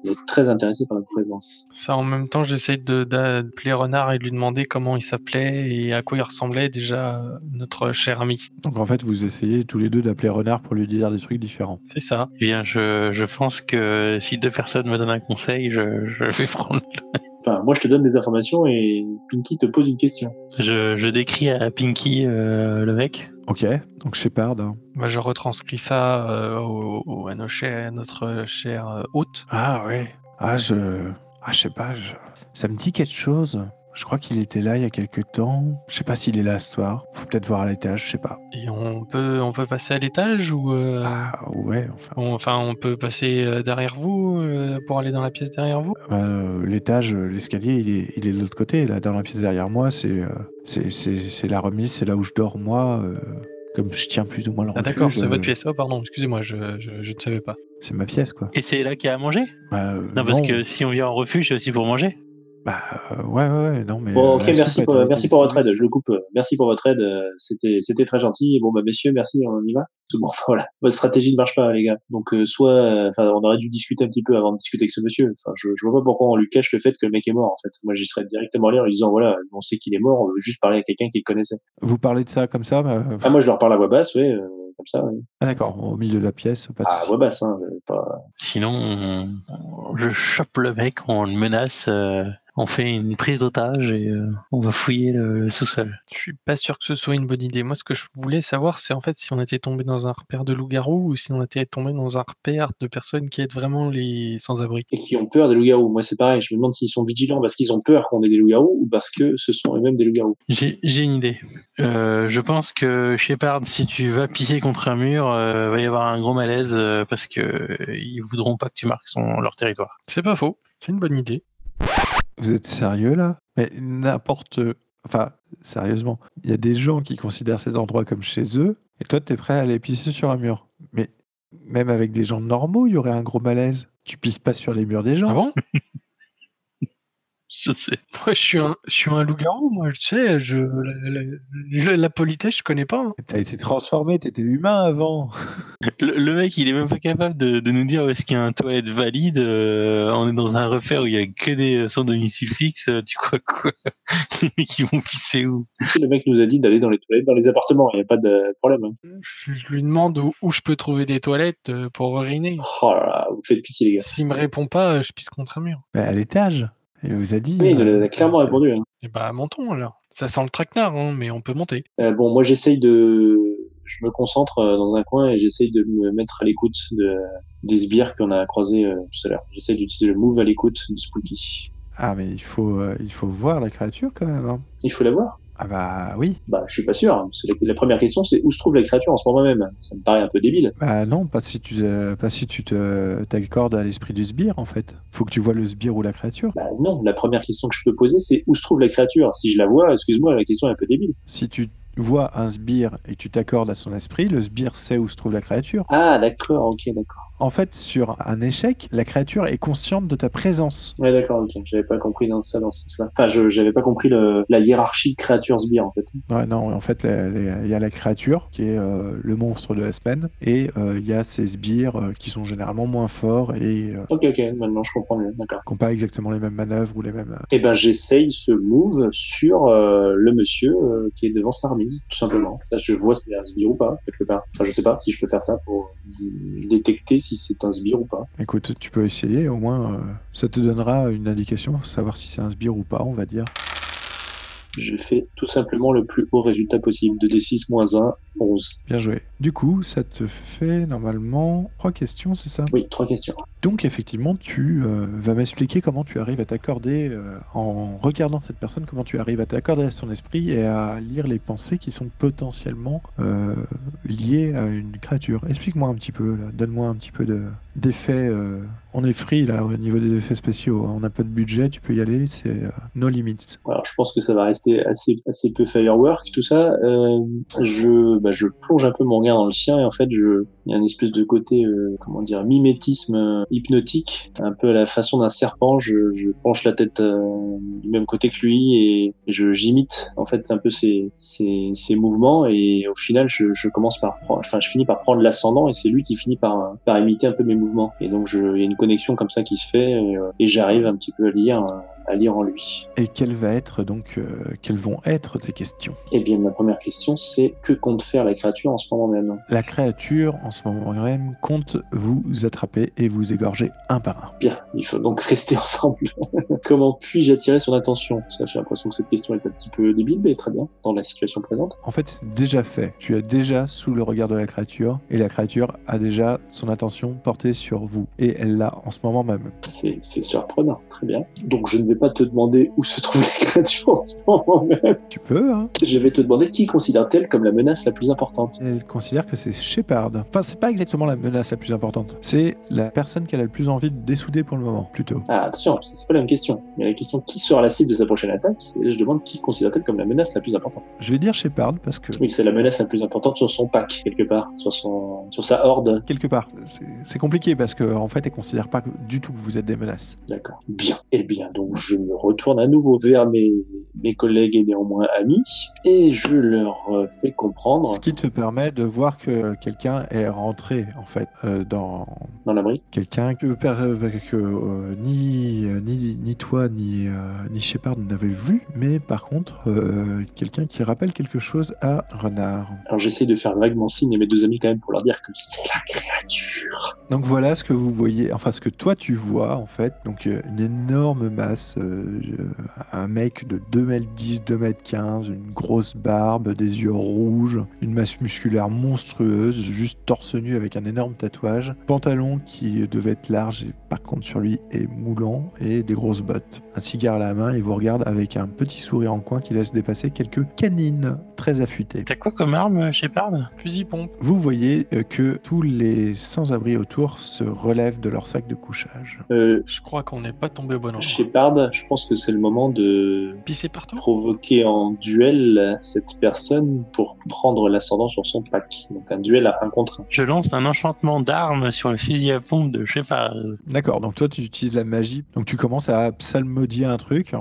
Speaker 3: être très intéressés par notre présence.
Speaker 4: Ça, en même temps, j'essaie de- d'appeler Renard et de lui demander comment il s'appelait et à quoi il ressemblait déjà euh, notre cher ami.
Speaker 1: Donc en fait, vous essayez tous les deux d'appeler Renard pour lui dire des trucs différents.
Speaker 4: C'est ça.
Speaker 2: Eh Bien, je, je pense que si deux personnes me donnent un conseil, je, je vais prendre.
Speaker 3: Enfin, moi, je te donne des informations et Pinky te pose une question.
Speaker 2: Je, je décris à Pinky euh, le mec.
Speaker 1: Ok, donc Shepard. hein.
Speaker 4: Bah, je retranscris ça euh, au- au- à, nos chers- à notre cher euh, hôte.
Speaker 1: Ah ouais. Ah, je. Ah, je sais pas. je- Ça me dit quelque chose. Je crois qu'il était là il y a quelque temps. Je sais pas s'il est là ce soir. Faut peut-être voir à l'étage, je sais pas.
Speaker 4: Et on peut, on peut passer à l'étage ou. euh,
Speaker 1: Ah ouais, enfin.
Speaker 4: on- enfin, on peut passer euh, derrière vous euh, pour aller dans la pièce derrière vous.
Speaker 1: Euh, l'étage, euh, l'escalier, il est, il est de l'autre côté. Là, dans la pièce derrière moi, c'est, euh, c'est, c'est, c'est la remise, c'est là où je dors moi. euh, comme je tiens plus ou moins le
Speaker 4: Ah, d'accord,
Speaker 1: refuge,
Speaker 4: c'est votre
Speaker 1: euh,
Speaker 4: pièce. Oh, pardon, excusez-moi, je, je, je ne savais pas.
Speaker 1: C'est ma pièce, quoi.
Speaker 2: Et c'est là qu'il y a à manger
Speaker 1: Bah, euh,
Speaker 2: Non, parce que si on vient en refuge, c'est aussi pour manger.
Speaker 1: Bah, euh, ouais, ouais, ouais, non, mais.
Speaker 3: Bon,
Speaker 1: euh,
Speaker 3: ok,
Speaker 1: la
Speaker 3: merci
Speaker 1: soupe
Speaker 3: pour,
Speaker 1: a été
Speaker 3: merci pour votre aide.
Speaker 1: distribuée.
Speaker 3: Je le coupe. Merci pour votre aide. euh, C'était, c'était très gentil. Bon, bah, messieurs, merci. On y va. Tout bon, voilà. Votre stratégie ne marche pas, les gars. Donc, euh, soit, euh, enfin, on aurait dû discuter un petit peu avant de discuter avec ce monsieur. Enfin, je, je vois pas pourquoi on lui cache le fait que le mec est mort, en fait. Moi, j'y serais directement allé en lui disant, voilà, on sait qu'il est mort. On veut juste parler à quelqu'un qu'il connaissait.
Speaker 1: Vous parlez de ça comme ça bah, euh,
Speaker 3: Ah, moi, je leur parle à voix basse, ouais, euh, comme ça. ouais.
Speaker 1: ah, d'accord, au milieu de la pièce, pas de
Speaker 3: Ah, à
Speaker 1: souci.
Speaker 3: voix basse, hein. euh, Pas...
Speaker 2: Sinon, on- on- je chope le mec, on le menace, euh, on fait une prise d'otage et euh, on va fouiller le, le sous-sol.
Speaker 4: Je suis pas sûr que ce soit une bonne idée. Moi, ce que je voulais savoir, c'est en fait si on était tombé dans un repère de loup-garou ou si on était tombé dans un repère de personnes qui aident vraiment les sans-abri.
Speaker 3: Et qui ont peur des loups-garous. Moi, c'est pareil. Je me demande s'ils sont vigilants parce qu'ils ont peur qu'on ait des loups-garous ou parce que ce sont eux-mêmes des loups-garous.
Speaker 2: J'ai j'ai une idée. Euh, je pense que Shepard, si tu vas pisser contre un mur, euh, va y avoir un gros malaise euh, parce que euh, ils voudront pas que tu marques son- leur territoire.
Speaker 4: C'est pas faux, c'est une bonne idée.
Speaker 1: Vous êtes sérieux là Mais n'importe. Enfin, sérieusement, il y a des gens qui considèrent cet endroit comme chez eux, et toi, t'es prêt à aller pisser sur un mur. Mais même avec des gens normaux, il y aurait un gros malaise. Tu pisses pas sur les murs des gens.
Speaker 4: Ah bon
Speaker 2: Je sais.
Speaker 4: Moi, je suis un, je suis un loup-garou, moi, je sais, je, la, la- la- la politesse, je connais pas. hein.
Speaker 1: T'as été transformé, t'étais humain avant.
Speaker 2: Le, le mec, il est même pas capable de, de nous dire où est-ce qu'il y a un toilette valide. euh, on est dans un refaire où il y a que des euh, sans domicile fixe. euh, Tu crois quoi Les mecs, ils vont pisser où
Speaker 3: Si le mec nous a dit d'aller dans les toilettes, dans les appartements, il n'y a pas de problème. hein.
Speaker 4: Je, je lui demande où, où je peux trouver des toilettes euh, pour uriner.
Speaker 3: Oh là là, vous faites pitié, les gars.
Speaker 4: S'il me répond pas, je pisse contre un mur.
Speaker 1: Mais à l'étage. Il vous a dit.
Speaker 3: Oui, il nous
Speaker 1: euh,
Speaker 3: a clairement répondu. hein.
Speaker 4: Et bah, montons alors. Ça sent le traquenard, hein, mais on peut monter.
Speaker 3: Euh, bon, moi, j'essaye de. Je me concentre euh, dans un coin et j'essaye de me mettre à l'écoute de... des sbires qu'on a croisés euh, tout à l'heure. J'essaye d'utiliser le move à l'écoute de Spooky.
Speaker 1: Ah, mais il faut, euh, il faut voir la créature quand même. hein.
Speaker 3: Il faut la voir
Speaker 1: Ah, bah oui.
Speaker 3: Bah, je suis pas sûr. hein. C'est La... la première question, c'est où se trouve la créature en ce moment même Ça me paraît un peu débile.
Speaker 1: Bah non, pas si tu, euh, pas si tu te, t'accordes à l'esprit du sbire en fait. Faut que tu vois le sbire ou la créature.
Speaker 3: Bah, non, la première question que je peux poser, c'est où se trouve la créature Si je la vois, excuse-moi, la question est un peu débile.
Speaker 1: Si tu vois un sbire et que tu t'accordes à son esprit, le sbire sait où se trouve la créature.
Speaker 3: Ah, d'accord, ok, d'accord.
Speaker 1: En fait, sur un échec, la créature est consciente de ta présence.
Speaker 3: Ouais, d'accord, ok. J'avais pas compris dans ça, dans ce sens-là. Enfin, je, j'avais pas compris le, la hiérarchie créature-sbire, en fait.
Speaker 1: Ouais, non, en fait, la- la- il y a la créature qui est euh, le monstre de la semaine, et euh, il y a ces sbires euh, qui sont généralement moins forts et euh,
Speaker 3: Ok, ok, maintenant je comprends mieux, d'accord.
Speaker 1: qui n'ont pas exactement les mêmes manœuvres ou les mêmes. euh,
Speaker 3: Eh ben, j'essaye ce move sur euh, le monsieur euh, qui est devant sa remise, tout simplement. Là, je vois si c'est un sbire ou pas, quelque part. Enfin, je sais pas si je peux faire ça pour euh, détecter si c'est un sbire ou pas.
Speaker 1: Écoute, tu peux essayer, au moins euh, ça te donnera une indication, savoir si c'est un sbire ou pas, on va dire.
Speaker 3: Je fais tout simplement le plus haut résultat possible. 2d6 moins 1, 11.
Speaker 1: Bien joué. Du coup, ça te fait normalement trois questions, c'est ça
Speaker 3: Oui, trois questions.
Speaker 1: Donc effectivement, tu euh, vas m'expliquer comment tu arrives à t'accorder, euh, en regardant cette personne, comment tu arrives à t'accorder à son esprit et à lire les pensées qui sont potentiellement euh, liées à une créature. Explique-moi un petit peu, là. donne-moi un petit peu de- d'effets. euh. On est free là au niveau des effets spéciaux, hein. on n'a pas de budget, tu peux y aller, c'est euh, no limits.
Speaker 3: Alors, je pense que ça va rester assez, assez peu firework, tout ça. Euh, je, bah, je plonge un peu mon regard dans le sien et en fait, je, il y a une espèce de côté, euh, comment dire, mimétisme euh, hypnotique, un peu à la façon d'un serpent. Je, je penche la tête euh, du même côté que lui et, et je j'imite en fait un peu ses, ses, ses mouvements et au final, je, je commence par prendre, enfin, je finis par prendre l'ascendant et c'est lui qui finit par, euh, par imiter un peu mes mouvements. Et donc, je, il y a une connexion comme ça qui se fait et, euh, et j'arrive un petit peu à lire, euh, à lire en lui.
Speaker 1: Et quelles, va être, donc, euh, quelles vont être tes questions
Speaker 3: Eh bien, ma première question, c'est que compte faire la créature en ce moment même
Speaker 1: La créature, en ce moment même, compte vous attraper et vous égorger un par un.
Speaker 3: Bien, il faut donc rester ensemble. Comment puis-je attirer son attention Ça, J'ai l'impression que cette question est un petit peu débile, mais très bien, dans la situation présente.
Speaker 1: En fait, c'est déjà fait. Tu es déjà sous le regard de la créature et la créature a déjà son attention portée sur vous. Et elle l'a en ce moment même.
Speaker 3: C'est c'est surprenant, très bien. Donc, je ne vais pas te demander où se trouve la créature en ce moment même.
Speaker 1: Tu peux, hein
Speaker 3: Je vais te demander qui considère-t-elle comme la menace la plus importante
Speaker 1: Elle considère que c'est Shepard. Enfin, c'est pas exactement la menace la plus importante. C'est la personne qu'elle a le plus envie de dessouder pour le moment, plutôt.
Speaker 3: ah, attention, c'est pas la même question. Il y a la question qui sera la cible de sa prochaine attaque, et là je demande qui considère-t-elle comme la menace la plus importante.
Speaker 1: Je vais dire Shepard parce que,
Speaker 3: Oui, c'est la menace la plus importante sur son pack, quelque part, sur, son, sur sa horde,
Speaker 1: quelque part, c'est- c'est compliqué parce qu'en en fait, elle considère pas que- du tout que vous êtes des menaces.
Speaker 3: D'accord. Bien. Eh bien, donc je me retourne à nouveau vers mes, mes collègues et néanmoins amis, et je leur euh, fais comprendre
Speaker 1: Ce qui te permet de voir que quelqu'un est rentré, en fait, euh, dans,
Speaker 3: dans l'abri.
Speaker 1: quelqu'un que, per- euh, que, euh, ni, euh, ni, ni toi ni, euh, ni Shepard n'avez vu, mais par contre, euh, quelqu'un qui rappelle quelque chose à Renard.
Speaker 3: Alors j'essaie de faire vaguement signe à mes deux amis quand même pour leur dire que c'est la créature.
Speaker 1: Donc voilà ce que vous voyez, enfin ce que toi tu vois en fait, donc euh, une énorme masse, euh, euh, un mec de 2m10, 2m15, une grosse barbe, des yeux rouges, une masse musculaire monstrueuse, juste torse nu avec un énorme tatouage, pantalon qui devait être large et par contre sur lui est moulant et des grosses bottes. Un cigare à la main, il vous regarde avec un petit sourire en coin qui laisse dépasser quelques canines très affûtées.
Speaker 2: T'as quoi comme arme, euh, Shepard
Speaker 4: Fusil pompe.
Speaker 1: Vous voyez euh, que tous les sans-abri autour se relèvent de leur sac de couchage.
Speaker 3: Euh,
Speaker 4: Je crois qu'on n'est pas tombé au bon endroit.
Speaker 3: Shepard, je pense que c'est le moment de
Speaker 4: Pisser partout
Speaker 3: provoquer en duel cette personne pour prendre l'ascendant sur son pack. Donc un duel à un contre un.
Speaker 2: Je lance un enchantement d'armes sur le fusil à pompe de Shepard.
Speaker 1: D'accord, donc toi tu utilises la magie, donc tu commences à psalmodier un truc.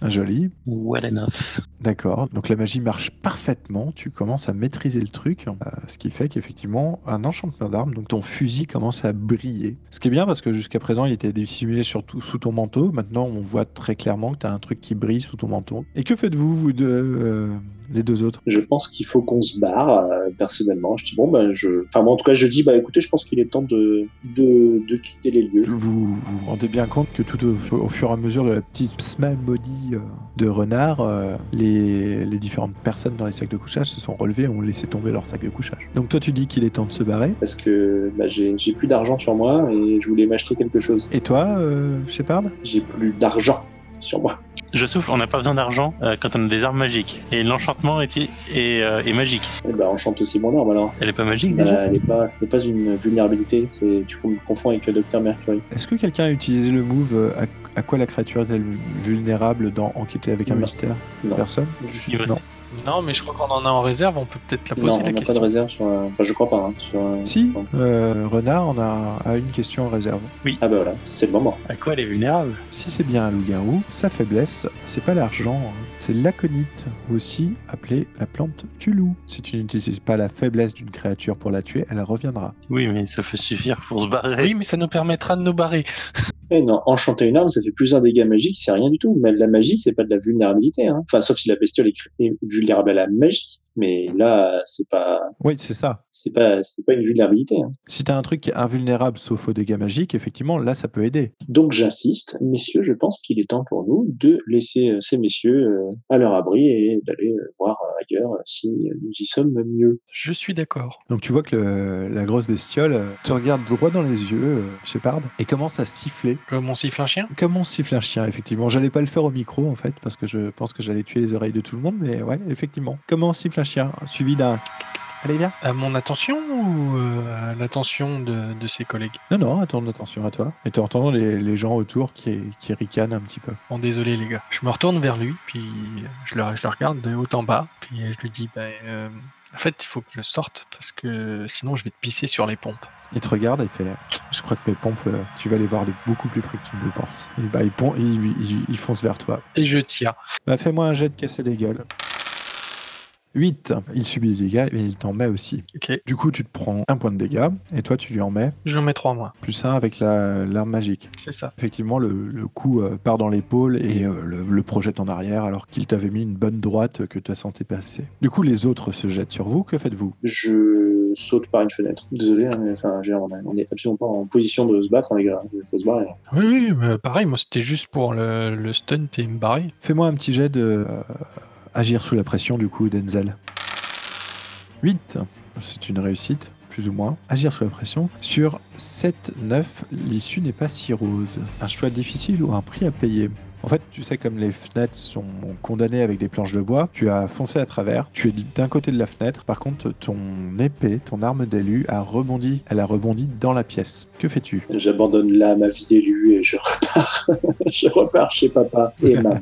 Speaker 1: Ah, Joli.
Speaker 2: Well enough.
Speaker 1: D'accord, donc la magie marche parfaitement, tu commences à maîtriser le truc, euh, ce qui fait qu'effectivement un enchantement d'armes, donc ton fusil commence à briller. Ce qui est bien parce que jusqu'à présent il était dissimulé surtout sous ton manteau, maintenant on voit très clairement que tu as un truc qui brille sous ton manteau. Et que faites-vous, vous deux, euh, les deux autres
Speaker 3: Je pense qu'il faut qu'on se barre, euh, personnellement. Je dis, bon, ben, je. Enfin, moi, en tout cas, je dis, bah, écoutez, je pense qu'il est temps de, de, de quitter les lieux.
Speaker 1: Vous vous rendez bien compte que tout au, fu- au fur et à mesure de la petite psalmodie euh, de renard, euh, les, les différentes personnes dans les sacs de couchage se sont relevées et ont laissé tomber leurs sacs de couchage. Donc toi tu dis qu'il est temps de se barrer.
Speaker 3: parce que bah, j'ai j'ai plus d'argent sur moi et je voulais m'acheter quelque chose.
Speaker 1: Et toi, euh, Shepard
Speaker 3: J'ai plus d'argent sur moi.
Speaker 2: Je souffle, on n'a pas besoin d'argent euh, quand on a des armes magiques. Et l'enchantement est, est, euh, est magique.
Speaker 3: Et bah, enchante aussi mon arme alors.
Speaker 2: Elle est pas magique
Speaker 3: Bah,
Speaker 2: déjà
Speaker 3: elle est pas, c'était pas une vulnérabilité, c'est tu me confonds avec le docteur Mercury.
Speaker 1: Est-ce que quelqu'un a utilisé le move euh, ac- À quoi la créature est-elle vulnérable dans Enquêter avec un
Speaker 3: Non.
Speaker 1: mystère
Speaker 3: Non.
Speaker 1: Personne
Speaker 2: Il me
Speaker 1: Non.
Speaker 2: reste-
Speaker 4: Non, mais je crois qu'on en a en réserve, on peut peut-être la poser
Speaker 3: Non,
Speaker 4: la
Speaker 3: on n'a pas
Speaker 4: question.
Speaker 3: de réserve sur. un- Enfin, je crois pas. hein, sur un-
Speaker 1: Si,
Speaker 3: Non.
Speaker 1: euh, Renard en a, a une question en réserve.
Speaker 3: Ah bah voilà, c'est le moment.
Speaker 2: À quoi elle est vulnérable
Speaker 1: Si c'est bien un loup-garou, sa faiblesse, c'est pas l'argent, hein. c'est l'aconite, aussi appelée la plante du loup. Si tu n'utilises pas la faiblesse d'une créature pour la tuer, elle reviendra.
Speaker 2: Oui, mais ça peut suffire pour se barrer.
Speaker 4: Oui, mais ça nous permettra de nous barrer.
Speaker 3: Eh non, enchanter une arme, ça fait plus un dégât magique, c'est rien du tout. Mais la magie, c'est pas de la vulnérabilité. Hein. Enfin, sauf si la bestiole est cr- est vulnérable à la magie. Mais là, c'est pas,
Speaker 1: Oui, c'est ça.
Speaker 3: c'est pas, c'est pas une vulnérabilité. hein.
Speaker 1: Si t'as un truc qui est invulnérable sauf aux dégâts magiques, effectivement, là, ça peut aider.
Speaker 3: Donc j'insiste, messieurs, je pense qu'il est temps pour nous de laisser euh, ces messieurs euh, à leur abri et d'aller euh, voir euh, ailleurs euh, si euh, nous y sommes mieux.
Speaker 4: Je suis d'accord.
Speaker 1: Donc tu vois que le- la grosse bestiole euh, te regarde droit dans les yeux, euh, Shepard, et commence à siffler.
Speaker 4: Comme on Euh, siffle un chien
Speaker 1: Comme on siffle un chien, effectivement. J'allais pas le faire au micro, en fait, parce que je pense que j'allais tuer les oreilles de tout le monde, mais ouais, effectivement. Comment on siffle un chien Suivi d'un... Allez, viens.
Speaker 4: À mon attention ou euh, à l'attention de, de ses collègues
Speaker 1: Non, non, attends, attention à toi. Et t'entends les, les gens autour qui, qui ricanent un petit peu.
Speaker 4: Bon, désolé les gars. Je me retourne vers lui, puis je le, je le regarde de haut en bas, puis je lui dis, ben, euh, en fait, il faut que je sorte parce que sinon je vais te pisser sur les pompes.
Speaker 1: Il te regarde et il fait Je crois que mes pompes, euh, tu vas les voir de beaucoup plus près que tu ne le penses. Et bah, ils, pon- ils, ils- ils foncent vers toi.
Speaker 4: Et je tire.
Speaker 1: Bah, fais-moi un jet de casser des gueules. 8. Il subit des dégâts, mais il t'en met aussi.
Speaker 4: Ok.
Speaker 1: Du coup, tu te prends un point de dégâts, et toi, tu lui en mets
Speaker 4: Je mets trois mois.
Speaker 1: plus un avec la- l'arme magique.
Speaker 4: C'est ça.
Speaker 1: Effectivement, le, le coup euh, part dans l'épaule et euh, le, le projette en arrière, alors qu'il t'avait mis une bonne droite que tu as senti passer. Du coup, les autres se jettent sur vous. Que faites-vous
Speaker 3: Je saute par une fenêtre. Désolé, hein, mais enfin, je veux dire, on a- on est absolument pas en position de se battre, hein, les gars. Il faut se barrer.
Speaker 4: Oui, oui, mais pareil, moi c'était juste pour le, le stunt et me barrer.
Speaker 1: Fais-moi un petit jet de euh, agir sous la pression du coup d'Enzel. 8, c'est une réussite, plus ou moins. Agir sous la pression. Sur 7, 9, l'issue n'est pas si rose. Un choix difficile ou un prix à payer en fait, tu sais, comme les fenêtres sont condamnées avec des planches de bois, tu as foncé à travers, tu es d'un côté de la fenêtre, par contre, ton épée, ton arme d'élu a rebondi, elle a rebondi dans la pièce. Que fais-tu
Speaker 3: J'abandonne là ma vie d'élu et je repars. je repars chez papa et maman.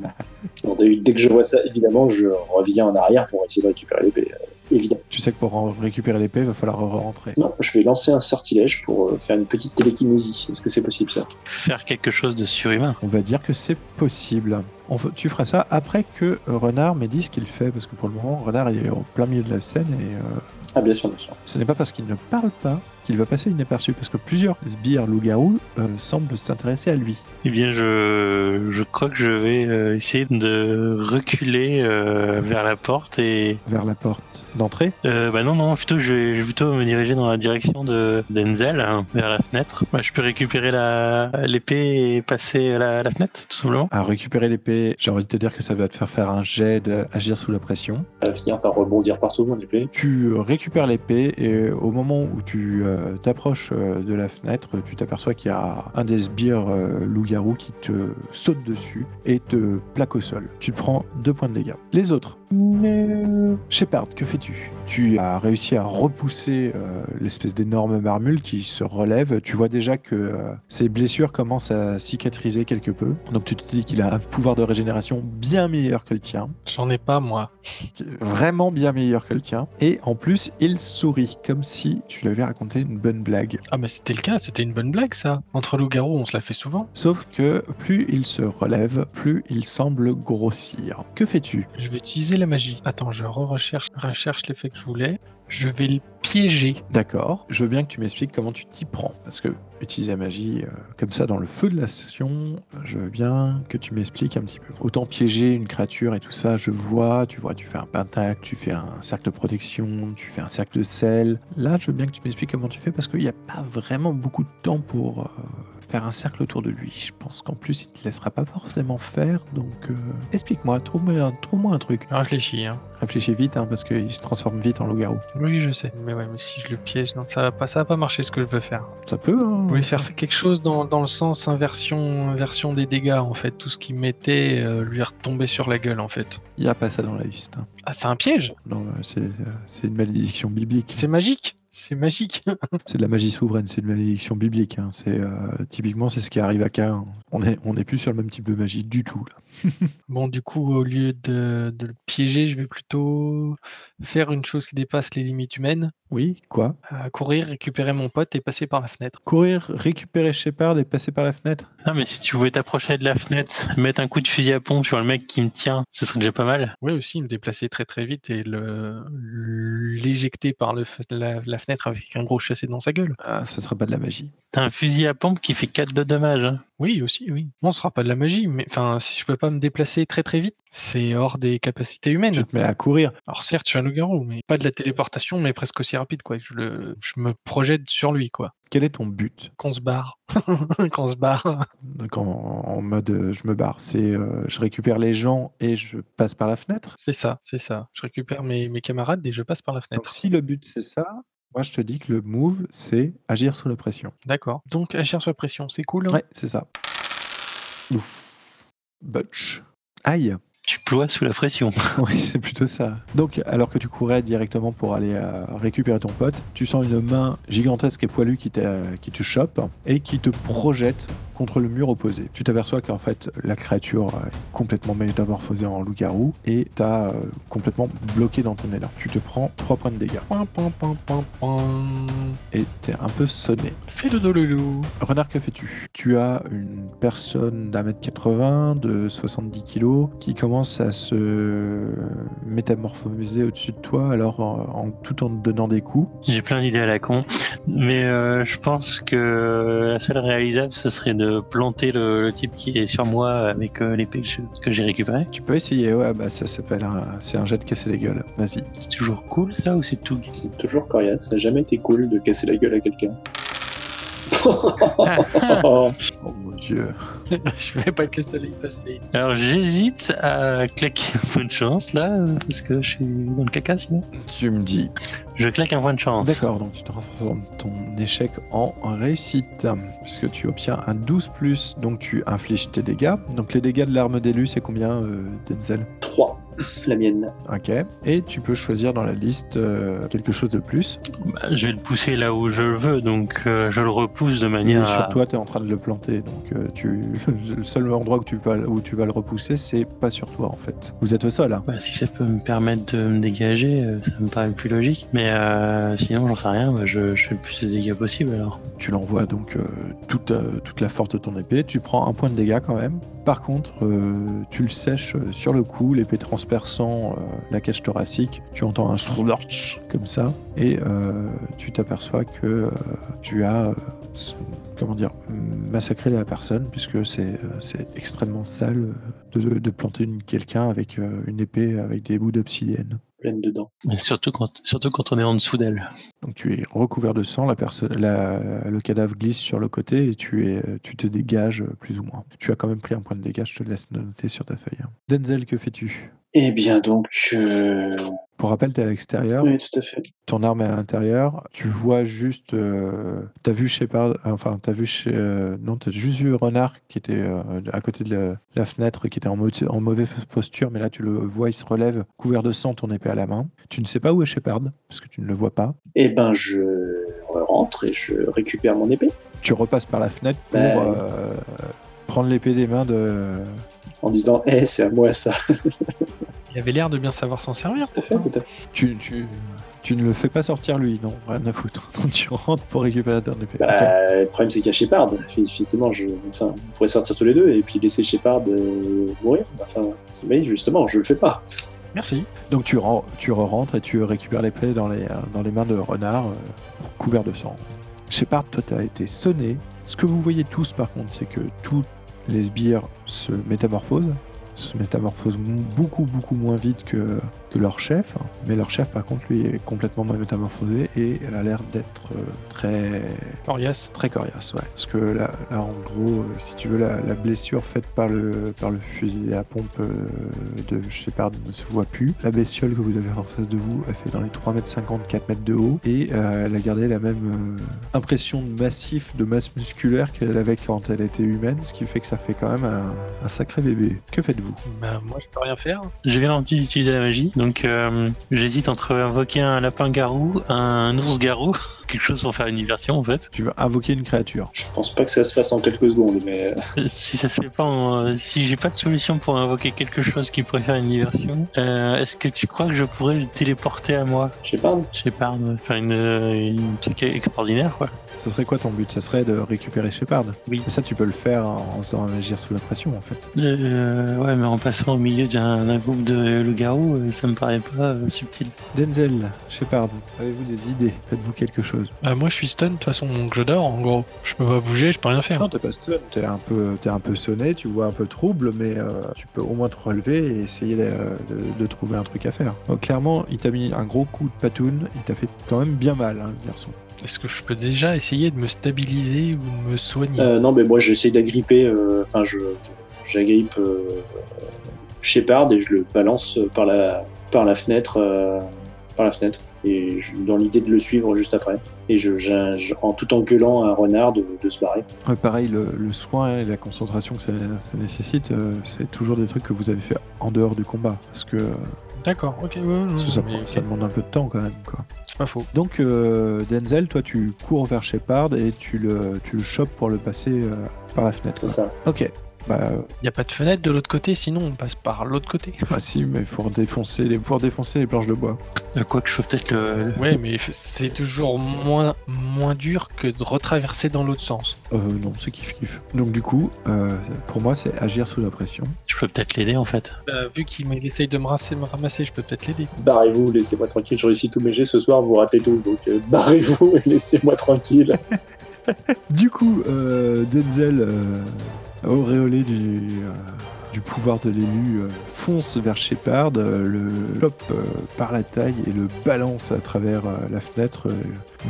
Speaker 3: Bon, dès dès que je vois ça, évidemment, je reviens en arrière pour essayer de récupérer l'épée. euh, évidemment.
Speaker 1: Tu sais que pour en récupérer l'épée, il va falloir rentrer.
Speaker 3: Non, je vais lancer un sortilège pour euh, faire une petite télékinésie. Est-ce que c'est possible ça
Speaker 2: Faire quelque chose de surhumain.
Speaker 1: On va dire que c'est possible. On f- tu feras ça après que euh, Renard me dise ce qu'il fait, parce que pour le moment, Renard il est en plein milieu de la scène et euh,
Speaker 3: Ah, bien sûr, bien sûr.
Speaker 1: ce n'est pas parce qu'il ne parle pas qu'il va passer inaperçu, parce que plusieurs sbires loups-garous euh, semblent s'intéresser à lui.
Speaker 2: Eh bien, je, je crois que je vais euh, essayer de reculer euh, vers la porte et.
Speaker 1: Vers la porte d'entrée,
Speaker 2: Euh, bah non, non, plutôt, je vais, je vais plutôt me diriger dans la direction de d'Enzel, hein, vers la fenêtre. Bah, je peux récupérer la- l'épée et passer à la, la fenêtre, tout simplement.
Speaker 1: à récupérer l'épée, j'ai envie de te dire que ça va te faire faire un jet d'agir sous la pression.
Speaker 3: Elle va finir par rebondir partout, mon épée.
Speaker 1: Tu récupères l'épée et au moment où tu euh, t'approches euh, de la fenêtre, tu t'aperçois qu'il y a un des sbires euh, loup-garou qui te saute dessus et te plaque au sol. Tu prends deux points de dégâts. Les autres Shepard, que fais-tu Tu as réussi à repousser euh, l'espèce d'énorme marmule qui se relève. Tu vois déjà que euh, ses blessures commencent à cicatriser quelque peu. Donc tu te dis qu'il a un pouvoir de régénération bien meilleur que le tien
Speaker 4: J'en ai pas, moi.
Speaker 1: qui est vraiment bien meilleur que le tien. Et en plus, il sourit, comme si tu lui avais raconté une bonne blague.
Speaker 4: Ah, mais c'était le cas, c'était une bonne blague ça. Entre loups-garous, on se la fait souvent.
Speaker 1: Sauf que plus il se relève, plus il semble grossir. Que fais-tu
Speaker 4: Je vais utiliser la magie. Attends, je recherche, recherche l'effet que je voulais. Je vais le piéger.
Speaker 1: D'accord, je veux bien que tu m'expliques comment tu t'y prends. Parce que utiliser la magie euh, comme ça dans le feu de la session, je veux bien que tu m'expliques un petit peu. Autant piéger une créature et tout ça, je vois, tu vois, tu fais un pentacle, tu fais un cercle de protection, tu fais un cercle de sel. Là, je veux bien que tu m'expliques comment tu fais parce qu'il n'y a pas vraiment beaucoup de temps pour euh, faire un cercle autour de lui. Je pense qu'en plus, il ne te laissera pas forcément faire, donc euh, explique-moi, trouve-moi un, trouve-moi un truc.
Speaker 4: Je réfléchis, hein.
Speaker 1: Réfléchis vite, hein, parce qu'il se transforme vite en loup-garou.
Speaker 4: Oui, je sais. Mais ouais, mais si je le piège, non, ça va pas, ça va pas marcher ce que je veux faire.
Speaker 1: Ça peut, hein
Speaker 4: Je voulais faire quelque chose dans, dans le sens inversion, inversion des dégâts en fait. Tout ce qui mettait euh, lui retombait sur la gueule en fait.
Speaker 1: Il n'y a pas ça dans la liste. hein.
Speaker 4: Ah, c'est un piège
Speaker 1: Non, euh, c'est euh, c'est une malédiction biblique.
Speaker 4: C'est magique C'est magique.
Speaker 1: C'est de la magie souveraine, c'est une malédiction biblique. hein. C'est euh, typiquement c'est ce qui arrive à Cain. On est on n'est plus sur le même type de magie du tout. là.
Speaker 4: Bon, du coup, au lieu de, de le piéger, je vais plutôt faire une chose qui dépasse les limites humaines.
Speaker 1: Oui, quoi
Speaker 4: euh, courir, récupérer mon pote et passer par la fenêtre.
Speaker 1: Courir, récupérer Shepard et passer par la fenêtre.
Speaker 2: Non, mais si tu voulais t'approcher de la fenêtre, mettre un coup de fusil à pompe sur le mec qui me tient, ce serait déjà pas mal.
Speaker 4: Oui, aussi me déplacer très très vite et le- l'éjecter par le, fe- la, la fenêtre avec un gros chassé dans sa gueule.
Speaker 1: Ah, ça serait pas de la magie.
Speaker 2: T'as un fusil à pompe qui fait 4 de dommages. hein.
Speaker 4: Oui, aussi, oui. Non, ce sera pas de la magie, mais enfin, si je peux pas me déplacer très très vite, c'est hors des capacités humaines.
Speaker 1: Tu te mets à courir.
Speaker 4: Alors certes, je suis un loup-garou, mais pas de la téléportation, mais presque aussi rapide, quoi. Je, le, je me projette sur lui, quoi.
Speaker 1: Quel est ton but
Speaker 4: Qu'on se barre. Qu'on se barre.
Speaker 1: Donc en, en mode euh, je me barre, c'est euh, je récupère les gens et je passe par la fenêtre.
Speaker 4: C'est ça, c'est ça. Je récupère mes, mes camarades et je passe par la
Speaker 1: Donc
Speaker 4: fenêtre.
Speaker 1: si le but c'est ça, moi je te dis que le move c'est agir sous la pression.
Speaker 4: D'accord. Donc, agir sous la pression, c'est cool. hein
Speaker 1: Ouais, c'est ça. Ouf. Butch. Aïe.
Speaker 2: Tu ploies sous la pression.
Speaker 1: Oui, c'est plutôt ça. Donc, alors que tu courais directement pour aller euh, récupérer ton pote, tu sens une main gigantesque et poilue qui, t'a- qui te chope et qui te projette contre le mur opposé. Tu t'aperçois qu'en fait, la créature euh, est complètement métamorphosée en loup-garou et t'as euh, complètement bloqué dans ton élan. Tu te prends 3 points de dégâts
Speaker 4: Point, point, point, point, point.
Speaker 1: et t'es un peu sonné.
Speaker 4: Fais le dololo.
Speaker 1: Renard, que fais-tu Tu as une personne d'un mètre 80, de 70 kilos, qui commence à se métamorphoser au-dessus de toi, alors en, en- tout en te donnant des coups.
Speaker 2: J'ai plein d'idées à la con, mais euh, je pense que la seule réalisable, ce serait de planter le, le type qui est sur moi avec euh, l'épée que je- que j'ai récupérée.
Speaker 1: Tu peux essayer, ouais, bah ça s'appelle un, c'est un jet de casser les gueules. Vas-y.
Speaker 2: C'est toujours cool ça ou c'est tout
Speaker 3: C'est toujours coriace, ça n'a jamais été cool de casser la gueule à quelqu'un.
Speaker 1: Oh mon dieu.
Speaker 4: je vais pas être le seul à y passer.
Speaker 2: Alors j'hésite à claquer un point de chance là, parce que je suis dans le caca sinon.
Speaker 1: Tu me dis.
Speaker 2: Je claque un point de chance.
Speaker 1: D'accord, donc tu transformes ton échec en réussite, puisque tu obtiens un 12, plus, donc tu infliges tes dégâts. Donc les dégâts de l'arme d'élu, c'est combien, euh, Denzel
Speaker 3: 3, la mienne.
Speaker 1: Ok. Et tu peux choisir dans la liste euh, quelque chose de plus.
Speaker 2: Bah, je vais le pousser là où je le veux, donc euh, je le repousse de
Speaker 1: Et
Speaker 2: manière
Speaker 1: sur
Speaker 2: à...
Speaker 1: toi, tu es en train de le planter. Donc, euh, tu... le seul endroit où tu, vas, où tu vas le repousser, c'est pas sur toi, en fait. Vous êtes au sol, hein.
Speaker 2: Bah, si ça peut me permettre de me dégager, euh, ça me paraît plus logique. Mais euh, sinon, j'en sais rien, bah, je, je fais le plus de dégâts possible alors.
Speaker 1: Tu l'envoies donc euh, toute, euh, toute la force de ton épée. Tu prends un point de dégâts quand même. Par contre, euh, tu le sèches euh, sur le cou, l'épée transperçant euh, la cage thoracique. Tu entends un schrlorch comme ça. Et euh, tu t'aperçois que euh, tu as. euh, s- Comment dire, massacré la personne, puisque c'est euh, c'est extrêmement sale euh, de, de planter une- quelqu'un avec euh, une épée avec des bouts d'obsidienne.
Speaker 3: Pleine dedans.
Speaker 2: Mais surtout quand, surtout quand on est en dessous d'elle.
Speaker 1: Donc tu es recouvert de sang, la perso- la- le cadavre glisse sur le côté et tu, es, tu te dégages euh, plus ou moins. Tu as quand même pris un point de dégâge, je te laisse le noter sur ta feuille. hein. Denzel, que fais-tu
Speaker 3: Eh bien donc, euh,
Speaker 1: Pour rappel, tu es à l'extérieur,
Speaker 3: oui, tout à fait.
Speaker 1: ton arme est à l'intérieur, tu vois juste... euh, t'as vu Shepard, enfin t'as vu... Chez, euh, non, t'as juste vu Renard qui était euh, à côté de la, la fenêtre, qui était en, mau- en mauvaise posture, mais là tu le vois, il se relève, couvert de sang, ton épée à la main. Tu ne sais pas où est Shepard, parce que tu ne le vois pas.
Speaker 3: Eh ben je rentre et je récupère mon épée
Speaker 1: tu repasses par la fenêtre pour
Speaker 3: Ouais.
Speaker 1: euh, prendre l'épée des mains de.
Speaker 3: en disant Eh, c'est à moi ça.
Speaker 4: Il avait l'air de bien savoir s'en servir.
Speaker 3: Tout à fait, tout à fait.
Speaker 1: Tu, tu, tu ne le fais pas sortir lui, non, rien à foutre. tu rentres pour récupérer ton épée. Ok.
Speaker 3: Bah, le problème c'est qu'il y a Shepard. Effectivement, je... enfin, on pourrait sortir tous les deux et puis laisser Shepard euh, mourir. Enfin, mais justement, je le fais pas.
Speaker 4: Merci.
Speaker 1: Donc tu, ren- tu rentres et tu récupères l'épée dans les, dans les mains de Renard, euh, couvert de sang. Shepard, toi, t'as été sonné. Ce que vous voyez tous, par contre, c'est que tous les sbires se métamorphosent. Se métamorphosent mou- beaucoup, beaucoup moins vite que, que leur chef. Mais leur chef, par contre, lui, est complètement métamorphosé et a l'air d'être euh, très
Speaker 4: Coriace.
Speaker 1: Très coriace, ouais. Parce que là, là en gros, euh, si tu veux, la, la blessure faite par le, par le fusil à pompe euh, de Shepard ne se voit plus. La bestiole que vous avez en face de vous, elle fait dans les 3m50, 4m de haut. Et euh, elle a gardé la même euh, impression de massif, de masse musculaire qu'elle avait quand elle était humaine, ce qui fait que ça fait quand même un, un sacré bébé. Que faites-vous faites-vous
Speaker 4: Bah, moi, je peux rien faire.
Speaker 2: J'ai bien envie d'utiliser la magie, donc euh, j'hésite entre invoquer un lapin-garou, un ours-garou, quelque chose pour faire une diversion en fait.
Speaker 1: Tu veux invoquer une créature.
Speaker 3: Je pense pas que ça se fasse en quelques secondes, mais euh,
Speaker 2: Euh, Si ça se fait pas, en- euh, si j'ai pas de solution pour invoquer quelque chose qui pourrait faire une diversion, euh, est-ce que tu crois que je pourrais le téléporter à moi
Speaker 3: je sais pas.
Speaker 2: Shepard, euh, faire une, euh, une truc extraordinaire quoi.
Speaker 1: Ce serait quoi ton but Ça serait de récupérer Shepard.
Speaker 2: Oui.
Speaker 1: Ça, tu peux le faire en faisant agir sous la pression, en fait.
Speaker 2: Euh, ouais, mais en passant au milieu d'un d'un groupe de loups-garous, euh, ça me paraît pas euh, subtil.
Speaker 1: Denzel, Shepard, avez-vous des idées Faites-vous quelque chose
Speaker 4: Bah, moi, je suis stun de toute façon, donc je dors en gros. Je peux pas bouger, je peux rien faire.
Speaker 1: Non, t'es pas stun. T'es un peu, t'es un peu sonné, tu vois un peu trouble, mais euh, tu peux au moins te relever et essayer euh, de, de trouver un truc à faire. Donc, clairement, il t'a mis un gros coup de patoune. Il t'a fait quand même bien mal, hein, le garçon.
Speaker 4: Est-ce que je peux déjà essayer de me stabiliser ou de me soigner
Speaker 3: Euh, non, mais moi j'essaie d'agripper, euh, enfin je j'agrippe euh, Shepard et je le balance par la par la fenêtre, euh, par la fenêtre, et je- dans l'idée de le suivre juste après. Et je, je- je- en tout en gueulant à Renard de, de se barrer.
Speaker 1: Ouais, pareil, le, le soin et la concentration que ça, ça nécessite, euh, c'est toujours des trucs que vous avez fait en dehors du combat. Parce que,
Speaker 4: D'accord, ok, ouais, ouais,
Speaker 1: parce que
Speaker 4: ouais,
Speaker 1: ça,
Speaker 4: mais
Speaker 1: ça demande un peu de temps quand même. Quoi.
Speaker 4: c'est pas faux.
Speaker 1: Donc, euh, Denzel, toi, tu cours vers Shepard et tu le, tu le chopes pour le passer euh, par la fenêtre.
Speaker 3: C'est ça.
Speaker 1: Ok. Bah, euh,
Speaker 4: Y a pas de fenêtre de l'autre côté, sinon on passe par l'autre côté.
Speaker 1: ah si, mais il faut défoncer les, pour défoncer les planches de bois.
Speaker 2: Euh, Quoique je peux peut-être le.
Speaker 4: Ouais, mais f- c'est toujours moins, moins dur que de retraverser dans l'autre sens.
Speaker 1: Euh, non, c'est kiff-kiff. Donc, du coup, euh, pour moi, c'est agir sous la pression.
Speaker 2: Je peux peut-être l'aider en fait.
Speaker 4: Bah, vu qu'il m'a- il essaye de me ramasser, me ramasser, je peux peut-être l'aider.
Speaker 3: Barrez-vous, laissez-moi tranquille. Je réussis tous mes jets ce soir, vous ratez tout. Donc euh, barrez-vous et laissez-moi tranquille.
Speaker 1: Du coup, euh, Denzel, euh, auréolé du, euh, du pouvoir de l'élu, euh, fonce vers Shepard, euh, le lope euh, par la taille et le balance à travers euh, la fenêtre, euh,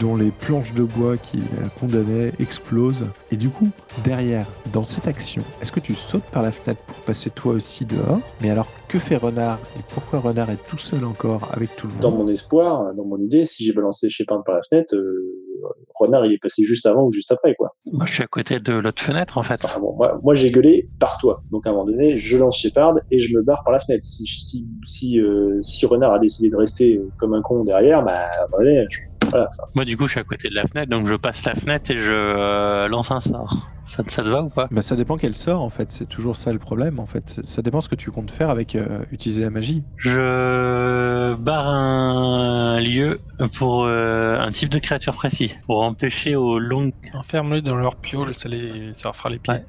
Speaker 1: dont les planches de bois qui la condamnaient explosent. Et du coup, derrière, dans cette action, est-ce que tu sautes par la fenêtre pour passer toi aussi dehors Mais alors, que fait Renard Et pourquoi Renard est tout seul encore avec tout le monde
Speaker 3: Dans mon espoir, dans mon idée, si j'ai balancé Shepard par la fenêtre, euh, Renard il est passé juste avant ou juste après quoi.
Speaker 2: Moi Bah, je suis à côté de l'autre fenêtre en fait.
Speaker 3: Enfin bon, moi, moi, j'ai gueulé par toi. Donc à un moment donné, je lance Shepard et je me barre par la fenêtre. Si, si, si, euh, si Renard a décidé de rester euh, comme un con derrière, bah voilà, je- voilà. Enfin,
Speaker 2: Moi du coup je suis à côté de la fenêtre, donc je passe la fenêtre et je euh, lance un sort. Ça, te- ça te va ou pas
Speaker 1: Bah, ça dépend quel sort en fait, c'est toujours ça le problème en fait. C'est- Ça dépend ce que tu comptes faire avec euh, utiliser la magie.
Speaker 2: Je barre un lieu pour euh, un type de créature précis, pour empêcher aux longues...
Speaker 4: Enferme-le dans leur piole, ça, les... ça leur fera les pieds.
Speaker 2: Ouais.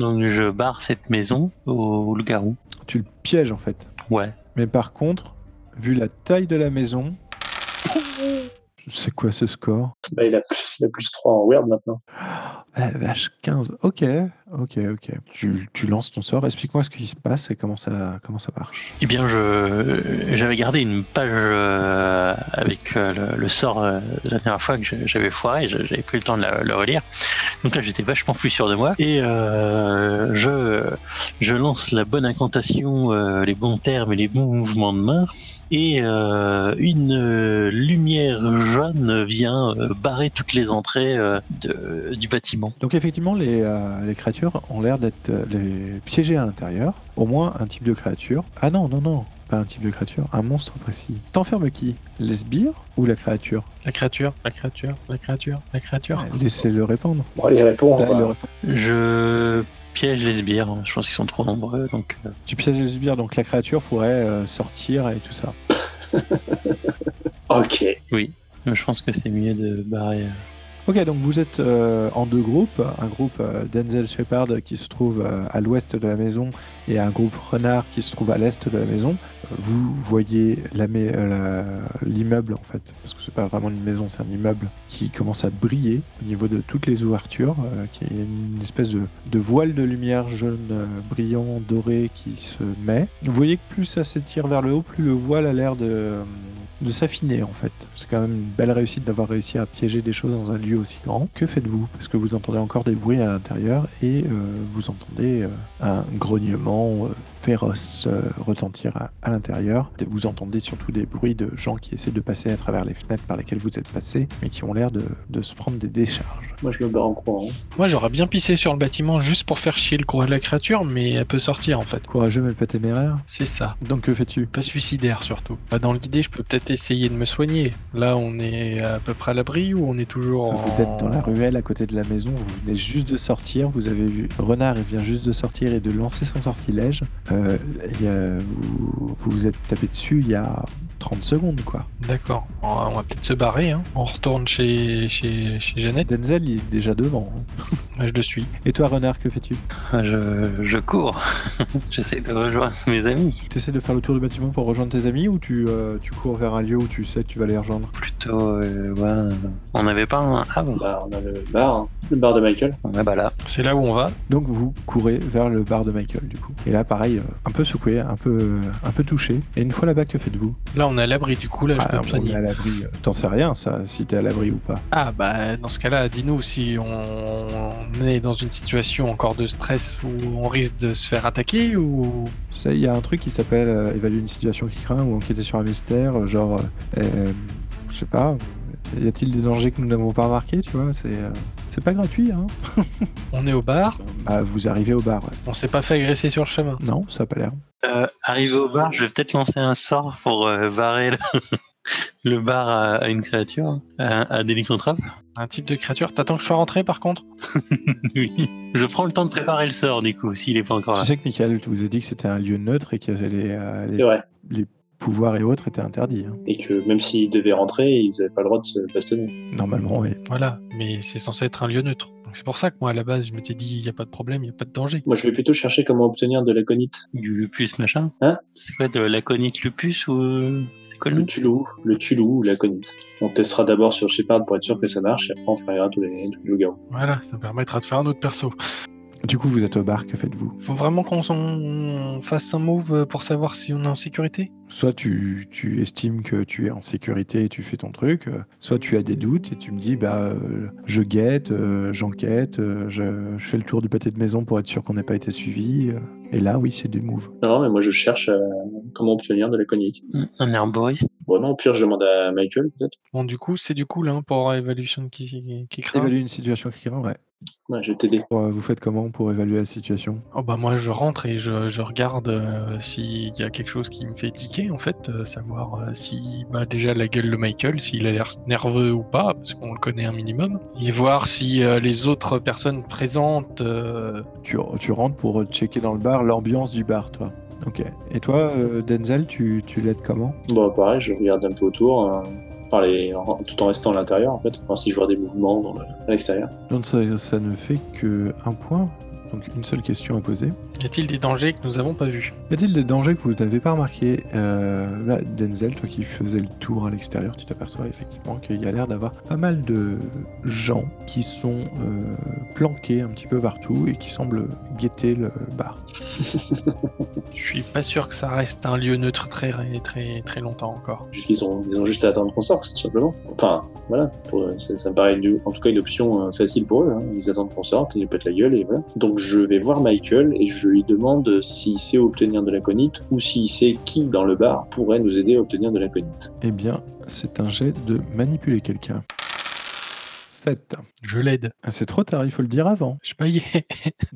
Speaker 2: Donc je barre cette maison au loup-garou.
Speaker 1: Tu le pièges en fait.
Speaker 2: Ouais.
Speaker 1: Mais par contre, vu la taille de la maison, c'est quoi ce score
Speaker 3: bah, il, a, il a plus 3 en Word maintenant.
Speaker 1: Ah, la vache 15. Ok, ok, ok. Tu, tu lances ton sort, explique-moi ce qui se passe et comment ça, comment ça marche.
Speaker 2: Eh bien, je j'avais gardé une page euh, avec euh, le, le sort euh, de la dernière fois que je- j'avais foiré. je- J'avais pris le temps de la, la relire. Donc là, j'étais vachement plus sûr de moi. Et euh, je je lance la bonne incantation, euh, les bons termes et les bons mouvements de main. Et euh, une euh, lumière jaune vient euh, barrer toutes les entrées euh, de- du bâtiment.
Speaker 1: Donc effectivement, les, euh, les créatures ont l'air d'être euh, les piégées à l'intérieur. Au moins un type de créature. Ah non, non, non, pas un type de créature, un monstre précis. T'enfermes qui Les sbires ou la créature
Speaker 4: La créature, la créature, la créature, la créature.
Speaker 1: Ah, Laissez-le répandre.
Speaker 3: Bon, bah. allez, réponds.
Speaker 1: Là,
Speaker 3: enfin.
Speaker 1: il le répand.
Speaker 2: Je piège les sbires. hein. Je pense qu'ils sont trop nombreux, donc. euh,
Speaker 1: Tu pièges les sbires, donc la créature pourrait euh, sortir et tout ça.
Speaker 3: Ok.
Speaker 2: Je pense que c'est mieux de barrer.
Speaker 1: Ok, donc vous êtes euh, en deux groupes. Un groupe euh, Denzel Shepard qui se trouve euh, à l'ouest de la maison et un groupe Renard qui se trouve à l'est de la maison. Euh, Vous voyez la mai- euh, la- l'immeuble en fait, parce que c'est pas vraiment une maison, c'est un immeuble qui commence à briller au niveau de toutes les ouvertures, euh, qui est une espèce de, de voile de lumière jaune euh, brillant, doré qui se met. Vous voyez que plus ça s'étire vers le haut, plus le voile a l'air de, de s'affiner en fait. C'est quand même une belle réussite d'avoir réussi à piéger des choses dans un lieu aussi grand. Que faites-vous Parce que vous entendez encore des bruits à l'intérieur et euh, vous entendez euh, un grognement euh, féroce euh, retentir à, à l'intérieur. Et Vous entendez surtout des bruits de gens qui essaient de passer à travers les fenêtres par lesquelles vous êtes passé, mais qui ont l'air de, de se prendre des décharges.
Speaker 3: Moi, je me barre en courant.
Speaker 4: Moi, j'aurais bien pissé sur le bâtiment juste pour faire chier le courroie de la créature, mais elle peut sortir en fait.
Speaker 1: Courageux mais pas téméraire.
Speaker 4: C'est ça.
Speaker 1: Donc que fais-tu
Speaker 4: Pas suicidaire surtout. Bah, dans l'idée, je peux peut-être essayer de me soigner. Là, on est à peu près à l'abri ou on est toujours.
Speaker 1: Vous
Speaker 4: en-
Speaker 1: êtes dans la ruelle à côté de la maison, vous venez juste de sortir, vous avez vu Renard, il vient juste de sortir et de lancer son sortilège. Euh, il y a- vous, vous vous êtes tapé dessus il y a 30 secondes quoi.
Speaker 4: D'accord. On va on va peut-être se barrer. Hein. On retourne chez, chez, chez Jeannette.
Speaker 1: Denzel il est déjà devant. hein.
Speaker 4: Ah, Je le suis.
Speaker 1: Et toi Renard, que fais-tu
Speaker 2: Je, je cours. J'essaie de rejoindre mes amis.
Speaker 1: Tu essaies de faire le tour du bâtiment pour rejoindre tes amis ou tu, euh, tu cours vers un lieu où tu sais que tu vas les rejoindre
Speaker 2: Plutôt, euh, ouais, on n'avait pas un havre.
Speaker 3: Bah, on a le bar, hein. le bar de Michael.
Speaker 2: Ouais, bah là.
Speaker 4: C'est là où on va.
Speaker 1: Donc vous courez vers le bar de Michael du coup. Et là pareil, euh, un peu secoué, un peu, euh, un peu touché. Et une fois là-bas, que faites-vous
Speaker 4: Là, on est à l'abri. Du coup, là, je
Speaker 1: Ah,
Speaker 4: peux me
Speaker 1: on
Speaker 4: soigner.
Speaker 1: est à l'abri. euh, T'en sais rien ça, si t'es à l'abri ou pas.
Speaker 4: Ah bah dans ce cas-là, dis-nous si on est dans une situation encore de stress où on risque de se faire attaquer ou
Speaker 1: Tu sais, Il y a un truc qui s'appelle euh, évaluer une situation qui craint ou enquêter sur un mystère, euh, genre, euh, euh, je sais pas, y a-t-il des dangers que nous n'avons pas remarqués, tu vois C'est euh, c'est pas gratuit, hein
Speaker 4: on est au bar,
Speaker 1: Bah, vous arrivez au bar, ouais.
Speaker 4: on s'est pas fait agresser sur le chemin.
Speaker 1: Non, ça a pas l'air.
Speaker 2: Euh, arrivé au bar, je vais peut-être lancer un sort pour euh, barrer le, le bar à, à une créature, à, à délit contre homme.
Speaker 4: Un type de créature. T'attends que je sois rentré par contre
Speaker 2: Oui. Je prends le temps de préparer le sort, du coup, s'il est pas encore là.
Speaker 1: Tu sais que Michael vous a dit que c'était un lieu neutre et que les, euh, les
Speaker 3: C'est vrai.
Speaker 1: pouvoirs et autres étaient interdits. hein.
Speaker 3: Et que même s'ils devaient rentrer, ils n'avaient pas le droit de se bastonner.
Speaker 1: Normalement, oui.
Speaker 4: Voilà, mais c'est censé être un lieu neutre. Donc c'est pour ça que moi à la base je m'étais dit il y a pas de problème, il y a pas de danger.
Speaker 3: Moi, je vais plutôt chercher comment obtenir de l'aconite.
Speaker 2: Du lupus, machin.
Speaker 3: Hein
Speaker 2: C'est quoi, de laconique lupus ou. C'était quoi le
Speaker 3: Le
Speaker 2: nom
Speaker 3: tulou, le tulou ou l'aconite. On testera d'abord sur Shepard pour être sûr que ça marche, et après on fera tous les, tous les loups-garous.
Speaker 4: Voilà, ça me permettra de faire un autre perso.
Speaker 1: Du coup, vous êtes au bar, que faites-vous
Speaker 4: Faut vraiment qu'on s'en- fasse un move pour savoir si on est en sécurité.
Speaker 1: Soit tu, tu estimes que tu es en sécurité et tu fais ton truc, euh, soit tu as des doutes et tu me dis bah euh, je guette, euh, j'enquête, euh, je, je fais le tour du pâté de maison pour être sûr qu'on n'ait pas été suivi. euh. Et là, oui, c'est du move.
Speaker 3: Non, non, mais moi je cherche euh, comment obtenir de l'aconite.
Speaker 2: Un herboriste.
Speaker 3: Vraiment, au pire, je demande à Michael, peut-être.
Speaker 4: Bon du coup c'est du coup là hein, pour Evolution qui, qui craint.
Speaker 1: Évaluer une situation qui ouais.
Speaker 3: Ouais, je vais t'aider.
Speaker 1: Pour, euh, Vous faites comment pour évaluer la situation
Speaker 4: Oh bah moi je rentre et je, je regarde euh, s'il y a quelque chose qui me fait tiquer en fait, euh, savoir euh, si bah déjà la gueule de Michael, s'il a l'air nerveux ou pas, parce qu'on le connaît un minimum, et voir si euh, les autres personnes présentes euh,
Speaker 1: tu, tu rentres pour checker dans le bar l'ambiance du bar, toi. Ok. Et toi, euh, Denzel, tu, tu l'aides comment
Speaker 3: Bon, pareil, je regarde un peu autour, hein, par les... en- tout en restant à l'intérieur, en fait. Enfin, si je vois des mouvements dans le- à l'extérieur.
Speaker 1: Donc ça, ça ne fait que un point, donc une seule question à poser.
Speaker 4: y a-t-il des dangers que nous avons pas vus
Speaker 1: Y a-t-il des dangers que vous n'avez pas remarqués Euh, Là, Denzel, toi qui faisais le tour à l'extérieur, tu t'aperçois effectivement qu'il y a l'air d'avoir pas mal de gens qui sont euh, planqués un petit peu partout et qui semblent guetter le bar.
Speaker 4: Je suis pas sûr que ça reste un lieu neutre très très très longtemps encore.
Speaker 3: Juste qu'ils ont, ils ont juste à attendre qu'on sorte, tout simplement. Enfin, voilà, pour eux, ça, ça me paraît une- en tout cas une option euh, facile pour eux. hein. Ils attendent qu'on sorte, ils nous pètent la gueule et voilà. Donc je vais voir Michael et je lui demande s'il sait obtenir de l'aconite ou s'il sait qui dans le bar pourrait nous aider à obtenir de l'aconite.
Speaker 1: Eh bien, c'est un jet de manipuler quelqu'un. 7.
Speaker 4: Je l'aide.
Speaker 1: C'est trop tard, il faut le dire avant.
Speaker 4: Je paye.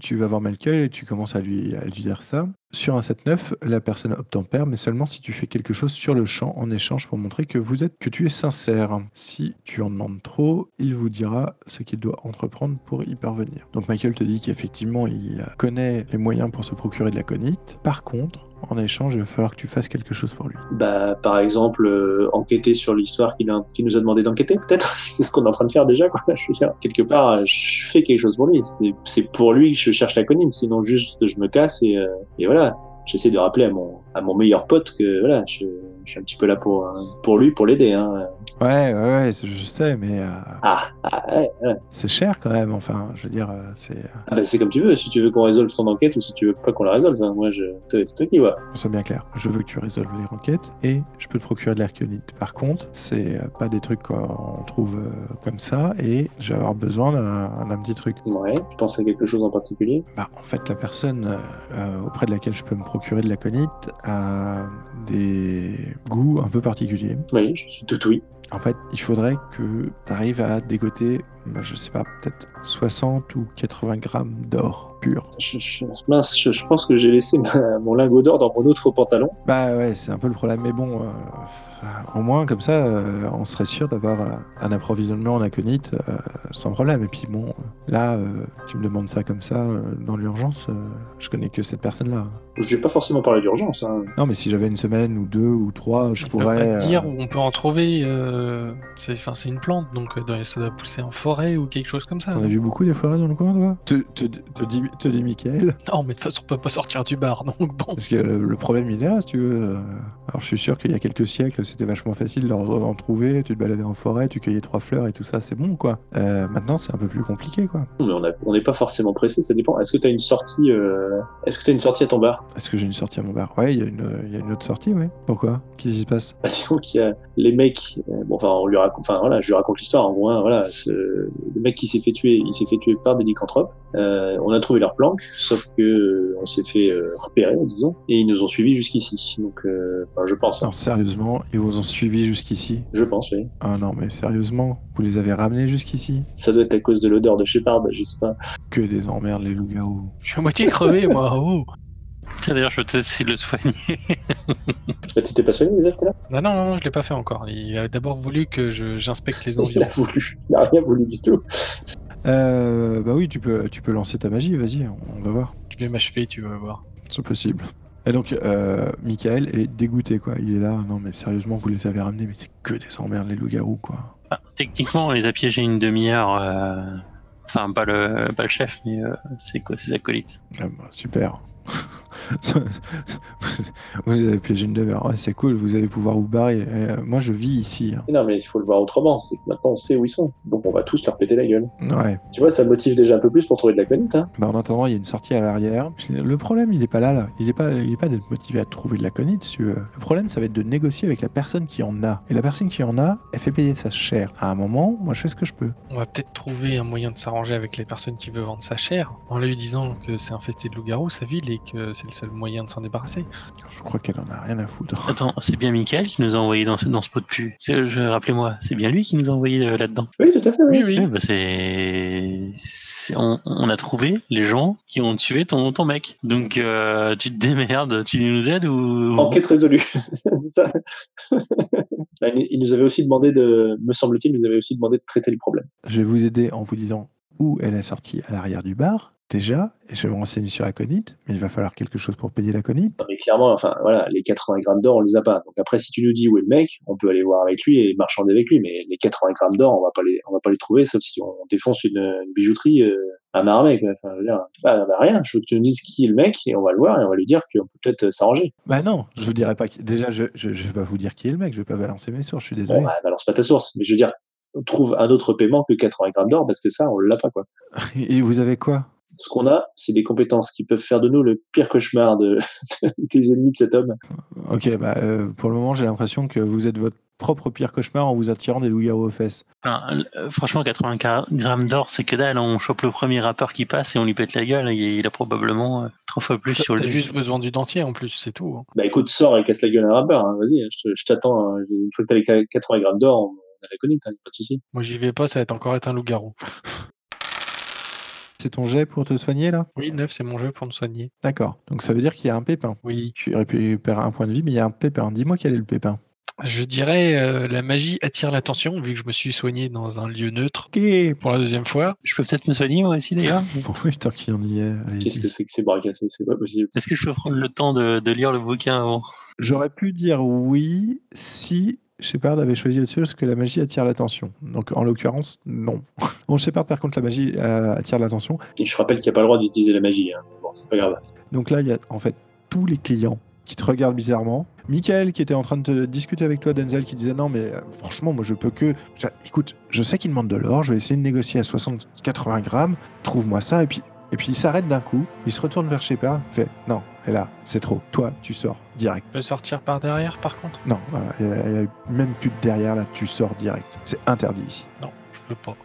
Speaker 1: Tu vas voir Michael et tu commences à lui, à lui dire ça. Sur un 7-9, la personne obtempère, mais seulement si tu fais quelque chose sur le champ en échange pour montrer que vous êtes, que tu es sincère. Si tu en demandes trop, il vous dira ce qu'il doit entreprendre pour y parvenir. Donc Michael te dit qu'effectivement, il connaît les moyens pour se procurer de la conite. Par contre, en échange, il va falloir que tu fasses quelque chose pour lui.
Speaker 3: Bah, par exemple, euh, enquêter sur l'histoire qu'il a- qu'il nous a demandé d'enquêter, peut-être. c'est ce qu'on est en train de faire déjà, quoi. Je veux dire, quelque part, euh, je fais quelque chose pour lui. C'est- C'est pour lui que je cherche l'aconite, sinon juste je me casse et, euh, et voilà. j'essaie de rappeler à mon, à mon meilleur pote que voilà, je, je suis un petit peu là pour, euh, pour lui, pour l'aider. Hein.
Speaker 1: Ouais, ouais, ouais, c'est- je sais, mais euh,
Speaker 3: Ah, ah, ouais, ouais.
Speaker 1: c'est cher quand même. Enfin, je veux dire, euh, c'est.
Speaker 3: Ah, bah, c'est comme tu veux, si tu veux qu'on résolve ton enquête ou si tu veux pas qu'on la résolve, hein, moi je te respecte, tu vois.
Speaker 1: Qu'on soit bien clair, je veux que tu résolves les enquêtes et je peux te procurer de l'herculite. Par contre, c'est euh, pas des trucs qu'on trouve euh, comme ça et je vais avoir besoin d'un d'un petit truc.
Speaker 3: Ouais, tu penses à quelque chose en particulier
Speaker 1: Bah, en fait, la personne euh, euh, auprès de laquelle je peux me procurer de l'aconite a des goûts un peu particuliers.
Speaker 3: Oui, je suis tout oui.
Speaker 1: En fait, il faudrait que tu arrives à dégoter, bah, je sais pas, peut-être 60 ou 80 grammes d'or pur.
Speaker 3: Je, je- mince, je, je pense que j'ai laissé ma- mon lingot d'or dans mon autre pantalon.
Speaker 1: Bah ouais, c'est un peu le problème, mais bon, euh, f- au moins comme ça, euh, on serait sûr d'avoir euh, un approvisionnement en aconite euh, sans problème. Et puis bon, là, euh, tu me demandes ça comme ça, euh, dans l'urgence, euh, je connais que cette personne-là.
Speaker 3: Je vais pas forcément parler d'urgence. Hein.
Speaker 1: Non, mais si j'avais une semaine ou deux ou trois, je
Speaker 4: Je pourrais
Speaker 1: pourrais...
Speaker 4: pas te dire
Speaker 1: euh,
Speaker 4: où on peut en trouver. euh, c'est enfin, c'est une plante, donc euh, dans- ça doit pousser en forêt ou quelque chose comme ça.
Speaker 1: T'en as vu beaucoup des forêts dans le coin, toi te, te, te, dis, te dis Michael
Speaker 4: Non, mais de toute façon, on peut pas sortir du bar, donc bon.
Speaker 1: Parce que le, le problème, il est là, si tu veux. Euh, Alors, je suis sûr qu'il y a quelques siècles, c'était vachement facile d'en d'en trouver. Tu te baladais en forêt, tu cueillais trois fleurs et tout ça, c'est bon, quoi. Euh, maintenant, c'est un peu plus compliqué, quoi.
Speaker 3: Mais on a- on n'est pas forcément pressé, ça dépend. Est-ce que t'as une sortie euh, Est-ce que t'as une sortie à ton bar
Speaker 1: Est-ce que j'ai une sortie à mon bar Ouais, il y, a une, euh, il y a une autre sortie, ouais. Pourquoi Qu'est-ce qui se passe
Speaker 3: Bah, disons qu'il y a les mecs. euh, bon, enfin, on lui raconte. Enfin, voilà, je lui raconte l'histoire. En gros, hein, voilà, ce- le mec qui s'est fait tuer, il s'est fait tuer par des lycanthropes. Euh, on a trouvé leur planque, sauf que euh, on s'est fait euh, repérer, disons, et ils nous ont suivis jusqu'ici. Donc, euh, enfin, je pense. hein.
Speaker 1: Non, sérieusement, ils vous ont suivi jusqu'ici
Speaker 3: Je pense, oui.
Speaker 1: Ah non, mais sérieusement, vous les avez ramenés jusqu'ici
Speaker 3: Ça doit être à cause de l'odeur de Shepard, je sais pas.
Speaker 1: Que des emmerdes, les loups-garous.
Speaker 4: Je suis à moitié crevé, moi. Oh.
Speaker 2: Tiens, d'ailleurs, je peux peut-être essayer de le soigner.
Speaker 3: Bah, tu t'es pas soigné, Isaac, là
Speaker 4: Non, non, non, non, je l'ai pas fait encore. Il a d'abord voulu que je- j'inspecte les
Speaker 3: Il
Speaker 4: environs.
Speaker 3: a voulu. Il a rien voulu du tout.
Speaker 1: Euh, bah oui, tu peux, tu peux lancer ta magie, vas-y, on va voir.
Speaker 4: Je vais m'achever, tu vas voir.
Speaker 1: C'est possible. Et donc, euh, Michael est dégoûté, quoi. Il est là, non, mais sérieusement, vous les avez ramenés, mais c'est que des emmerdes, les loups-garous, quoi.
Speaker 2: Ah, techniquement, on les a piégés une demi-heure. euh, Enfin, pas le, pas le chef, mais euh, c'est quoi ces acolytes
Speaker 1: Ah bah, super. vous avez piégé une demeure. Ouais, c'est cool, vous allez pouvoir vous barrer. Euh, moi, je vis ici. hein.
Speaker 3: Non, mais il faut le voir autrement. C'est que maintenant, on sait où ils sont. Donc, on va tous leur péter la gueule.
Speaker 1: Ouais.
Speaker 3: Tu vois, ça me motive déjà un peu plus pour trouver de la conite, hein.
Speaker 1: Bah, en attendant, il y a une sortie à l'arrière. Le problème, il n'est pas là, là. Il n'est pas, il est pas d'être motivé à trouver de la conite, si tu veux. Le problème, ça va être de négocier avec la personne qui en a. Et la personne qui en a, elle fait payer sa chair. À un moment, moi, je fais ce que je peux.
Speaker 4: On va peut-être trouver un moyen de s'arranger avec les personnes qui veulent vendre sa chair, en lui disant que c'est infesté de loups-garous, sa ville, et que c'est le seul moyen de s'en débarrasser.
Speaker 1: Je crois qu'elle en a rien à foutre.
Speaker 2: Attends, c'est bien Michael qui nous a envoyés dans ce, dans ce pot de pu. C'est- Je, Rappelez-moi, c'est bien lui qui nous a envoyés euh, là-dedans.
Speaker 3: Oui, tout à fait, oui.
Speaker 4: Oui, oui.
Speaker 2: Oui, bah c'est. c'est- On, on a trouvé les gens qui ont tué ton, ton mec. Donc euh, tu te démerdes, tu nous aides ou.
Speaker 3: Enquête résolue. c'est ça. Bah, il il nous avait aussi demandé de, me semble-t-il, il nous avait aussi demandé de traiter les problèmes.
Speaker 1: Je vais vous aider en vous disant où elle est sortie à l'arrière du bar, déjà, et je vais me renseigner sur la conite, mais il va falloir quelque chose pour payer la conite.
Speaker 3: Non, mais clairement, enfin, voilà, les 80 grammes d'or, on les a pas. Donc après, si tu nous dis où est le mec, on peut aller voir avec lui et marchander avec lui. Mais les 80 grammes d'or, on va pas les, on va pas les trouver, sauf si on défonce une, une bijouterie euh, à Marmec. quoi. Enfin, je veux dire, bah, bah, rien. Je veux que tu nous dises qui est le mec et on va le voir et on va lui dire qu'on peut peut-être euh, s'arranger.
Speaker 1: Bah non, je vous dirai pas. qui- Déjà, je, je, je vais pas vous dire qui est le mec, je vais pas balancer mes sources, je suis
Speaker 3: Bon,
Speaker 1: désolé.
Speaker 3: bah, balance pas ta source, mais je veux dire, trouve un autre paiement que 80 grammes d'or parce que ça, on l'a pas, quoi.
Speaker 1: Et vous avez quoi
Speaker 3: Ce qu'on a, c'est des compétences qui peuvent faire de nous le pire cauchemar de, des ennemis de cet homme.
Speaker 1: Ok, bah euh, pour le moment, j'ai l'impression que vous êtes votre propre pire cauchemar en vous attirant des loups-garous aux fesses.
Speaker 2: Enfin, euh, franchement, 80 grammes d'or, c'est que dalle. hein. On chope le premier rappeur qui passe et on lui pète la gueule. Et il a probablement euh, trois fois plus sur
Speaker 4: T'as
Speaker 2: le.
Speaker 4: juste besoin du dentier, en plus, c'est tout. hein.
Speaker 3: Bah écoute, sors et casse la gueule à un rappeur, hein, vas-y, hein, je te- je t'attends. hein, je- une fois que t'as les qua- 80 grammes d'or, on, on a la connecte, hein, y a pas de souci.
Speaker 4: Moi, j'y vais pas, ça va être encore être un loup-garou.
Speaker 1: C'est ton jet pour te soigner là
Speaker 4: Oui, neuf, c'est mon jeu pour me soigner.
Speaker 1: D'accord. Donc ça veut dire qu'il y a un pépin.
Speaker 4: Oui.
Speaker 1: Tu aurais pu récupérer un point de vie, mais il y a un pépin. Dis-moi quel est le pépin.
Speaker 4: Je dirais, euh, la magie attire l'attention, vu que je me suis soigné dans un lieu neutre
Speaker 1: Ok.
Speaker 4: pour la deuxième fois.
Speaker 2: Je peux peut-être me soigner moi aussi d'ailleurs.
Speaker 1: Bon, oui, tant qu'il y en y est. allez-y.
Speaker 3: Qu'est-ce que c'est que ces bras cassés C'est pas possible.
Speaker 2: Est-ce que je peux prendre le temps de, de lire le bouquin avant
Speaker 1: J'aurais pu dire oui si Shepard avait choisi autre chose que la magie attire l'attention. Donc en l'occurrence, non. Bon, Shepard, par contre, la magie euh, attire l'attention.
Speaker 3: Et je rappelle qu'il n'y a pas le droit d'utiliser la magie. Hein. Bon, c'est pas grave.
Speaker 1: Donc là, il y a en fait tous les clients qui te regardent bizarrement. Michael qui était en train de te- discuter avec toi, Denzel qui disait non mais euh, franchement moi je peux que... Je- écoute, je sais qu'il demande de l'or, je vais essayer de négocier à 60-80 grammes, trouve-moi ça et puis... Et puis il s'arrête d'un coup, il se retourne vers Shepard, il fait non, et là, c'est trop, toi tu sors direct.
Speaker 4: Je peux sortir par derrière par contre
Speaker 1: Non, voilà, il n'y a, eu même plus de derrière là, tu sors direct. C'est interdit ici.
Speaker 4: Non, je peux pas.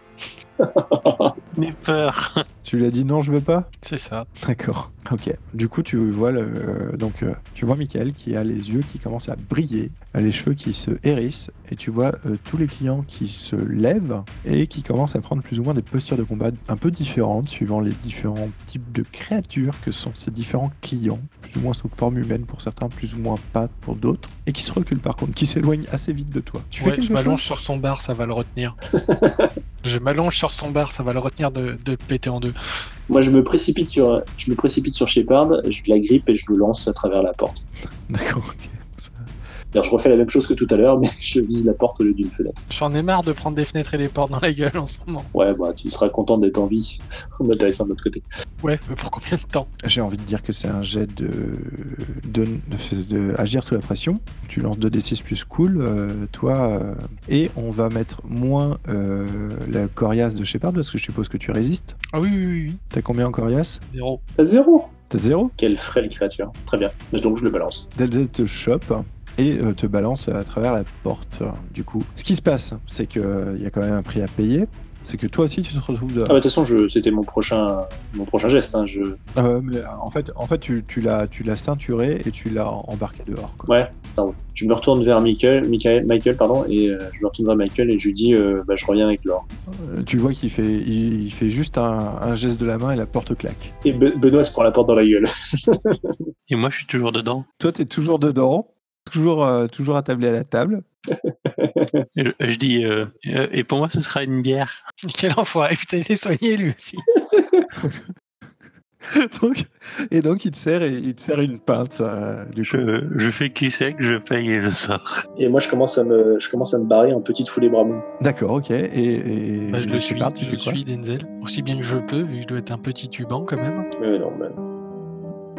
Speaker 2: J'ai peur.
Speaker 1: Tu lui as dit non, je veux pas
Speaker 4: C'est ça.
Speaker 1: D'accord. Ok. Du coup, tu vois le, donc euh, tu vois Michael qui a les yeux qui commencent à briller, euh, les cheveux qui se hérissent, et tu vois euh, tous les clients qui se lèvent et qui commencent à prendre plus ou moins des postures de combat un peu différentes suivant les différents types de créatures que sont ces différents clients, plus ou moins sous forme humaine pour certains, plus ou moins pas pour d'autres, et qui se reculent par contre, qui s'éloignent assez vite de toi. Tu fais
Speaker 4: Ouais,
Speaker 1: quelque
Speaker 4: je
Speaker 1: chose
Speaker 4: m'allonge sur son bar, ça va le retenir. je m'allonge sur son bar, ça va le retenir de, de le péter en deux.
Speaker 3: Moi, je me précipite sur, je me précipite sur Shepard, je la grippe et je le lance à travers la porte.
Speaker 1: D'accord. ok.
Speaker 3: D'ailleurs, je refais la même chose que tout à l'heure, mais je vise la porte au lieu d'une fenêtre.
Speaker 4: J'en ai marre de prendre des fenêtres et des portes dans la gueule en ce moment.
Speaker 3: Ouais, bah, tu seras content d'être en vie en atterrissant de l'autre côté.
Speaker 4: Ouais, mais pour combien de temps
Speaker 1: J'ai envie de dire que c'est un jet de, de, de- de agir sous la pression. Tu lances 2d6 plus cool, euh, toi. euh, et on va mettre moins euh, la coriace de Shepard parce que je suppose que tu résistes.
Speaker 4: Ah oui, oui, oui,
Speaker 1: T'as combien en coriace
Speaker 4: oui, zéro.
Speaker 3: À zéro
Speaker 1: T'as zéro
Speaker 3: Quelle frêle créature. Très bien. Bah, Donc, je le balance.
Speaker 1: Delzet te chope et euh, te balance à travers la porte. Du coup, ce qui se passe, c'est qu'il y a quand même un prix à payer. C'est que toi aussi, tu te retrouves dehors.
Speaker 3: Ah, bah, de toute façon, je, c'était mon prochain, mon prochain geste. Hein, je...
Speaker 1: Euh, mais en fait, en fait tu, tu l'as tu l'as ceinturé et tu l'as embarqué dehors. quoi.
Speaker 3: Ouais, pardon. Je me retourne vers Michael, Michael, Michael pardon, et euh, je me retourne vers Michael et je lui dis euh, bah, Je reviens avec l'or.
Speaker 1: Euh, Tu vois qu'il fait, il, il fait juste un, un geste de la main et la porte claque.
Speaker 3: Et Be- Benoît se prend la porte dans la gueule.
Speaker 2: Et moi, je suis toujours dedans.
Speaker 1: Toi, t'es toujours dedans, toujours, euh, toujours attablé à la table.
Speaker 2: Et je- je dis, euh, euh, et pour moi, ce sera une bière.
Speaker 4: Quel enfoiré, Ah, putain, il s'est soigné lui aussi.
Speaker 1: donc, et donc, il te sert, et, il te sert une pinte. euh, du coup.
Speaker 2: Je, je fais cul sec, je paye et je sors.
Speaker 3: Et moi, je commence à me, je commence à me barrer en petite foulée bras mous.
Speaker 1: D'accord, ok. Et, et
Speaker 4: Bah, je le
Speaker 1: et
Speaker 4: suis,
Speaker 1: Shepard, tu
Speaker 4: je
Speaker 1: fais quoi
Speaker 4: suis Denzel. Aussi bien que je peux, vu que je dois être un petit tuban quand même.
Speaker 3: Mais non, mais-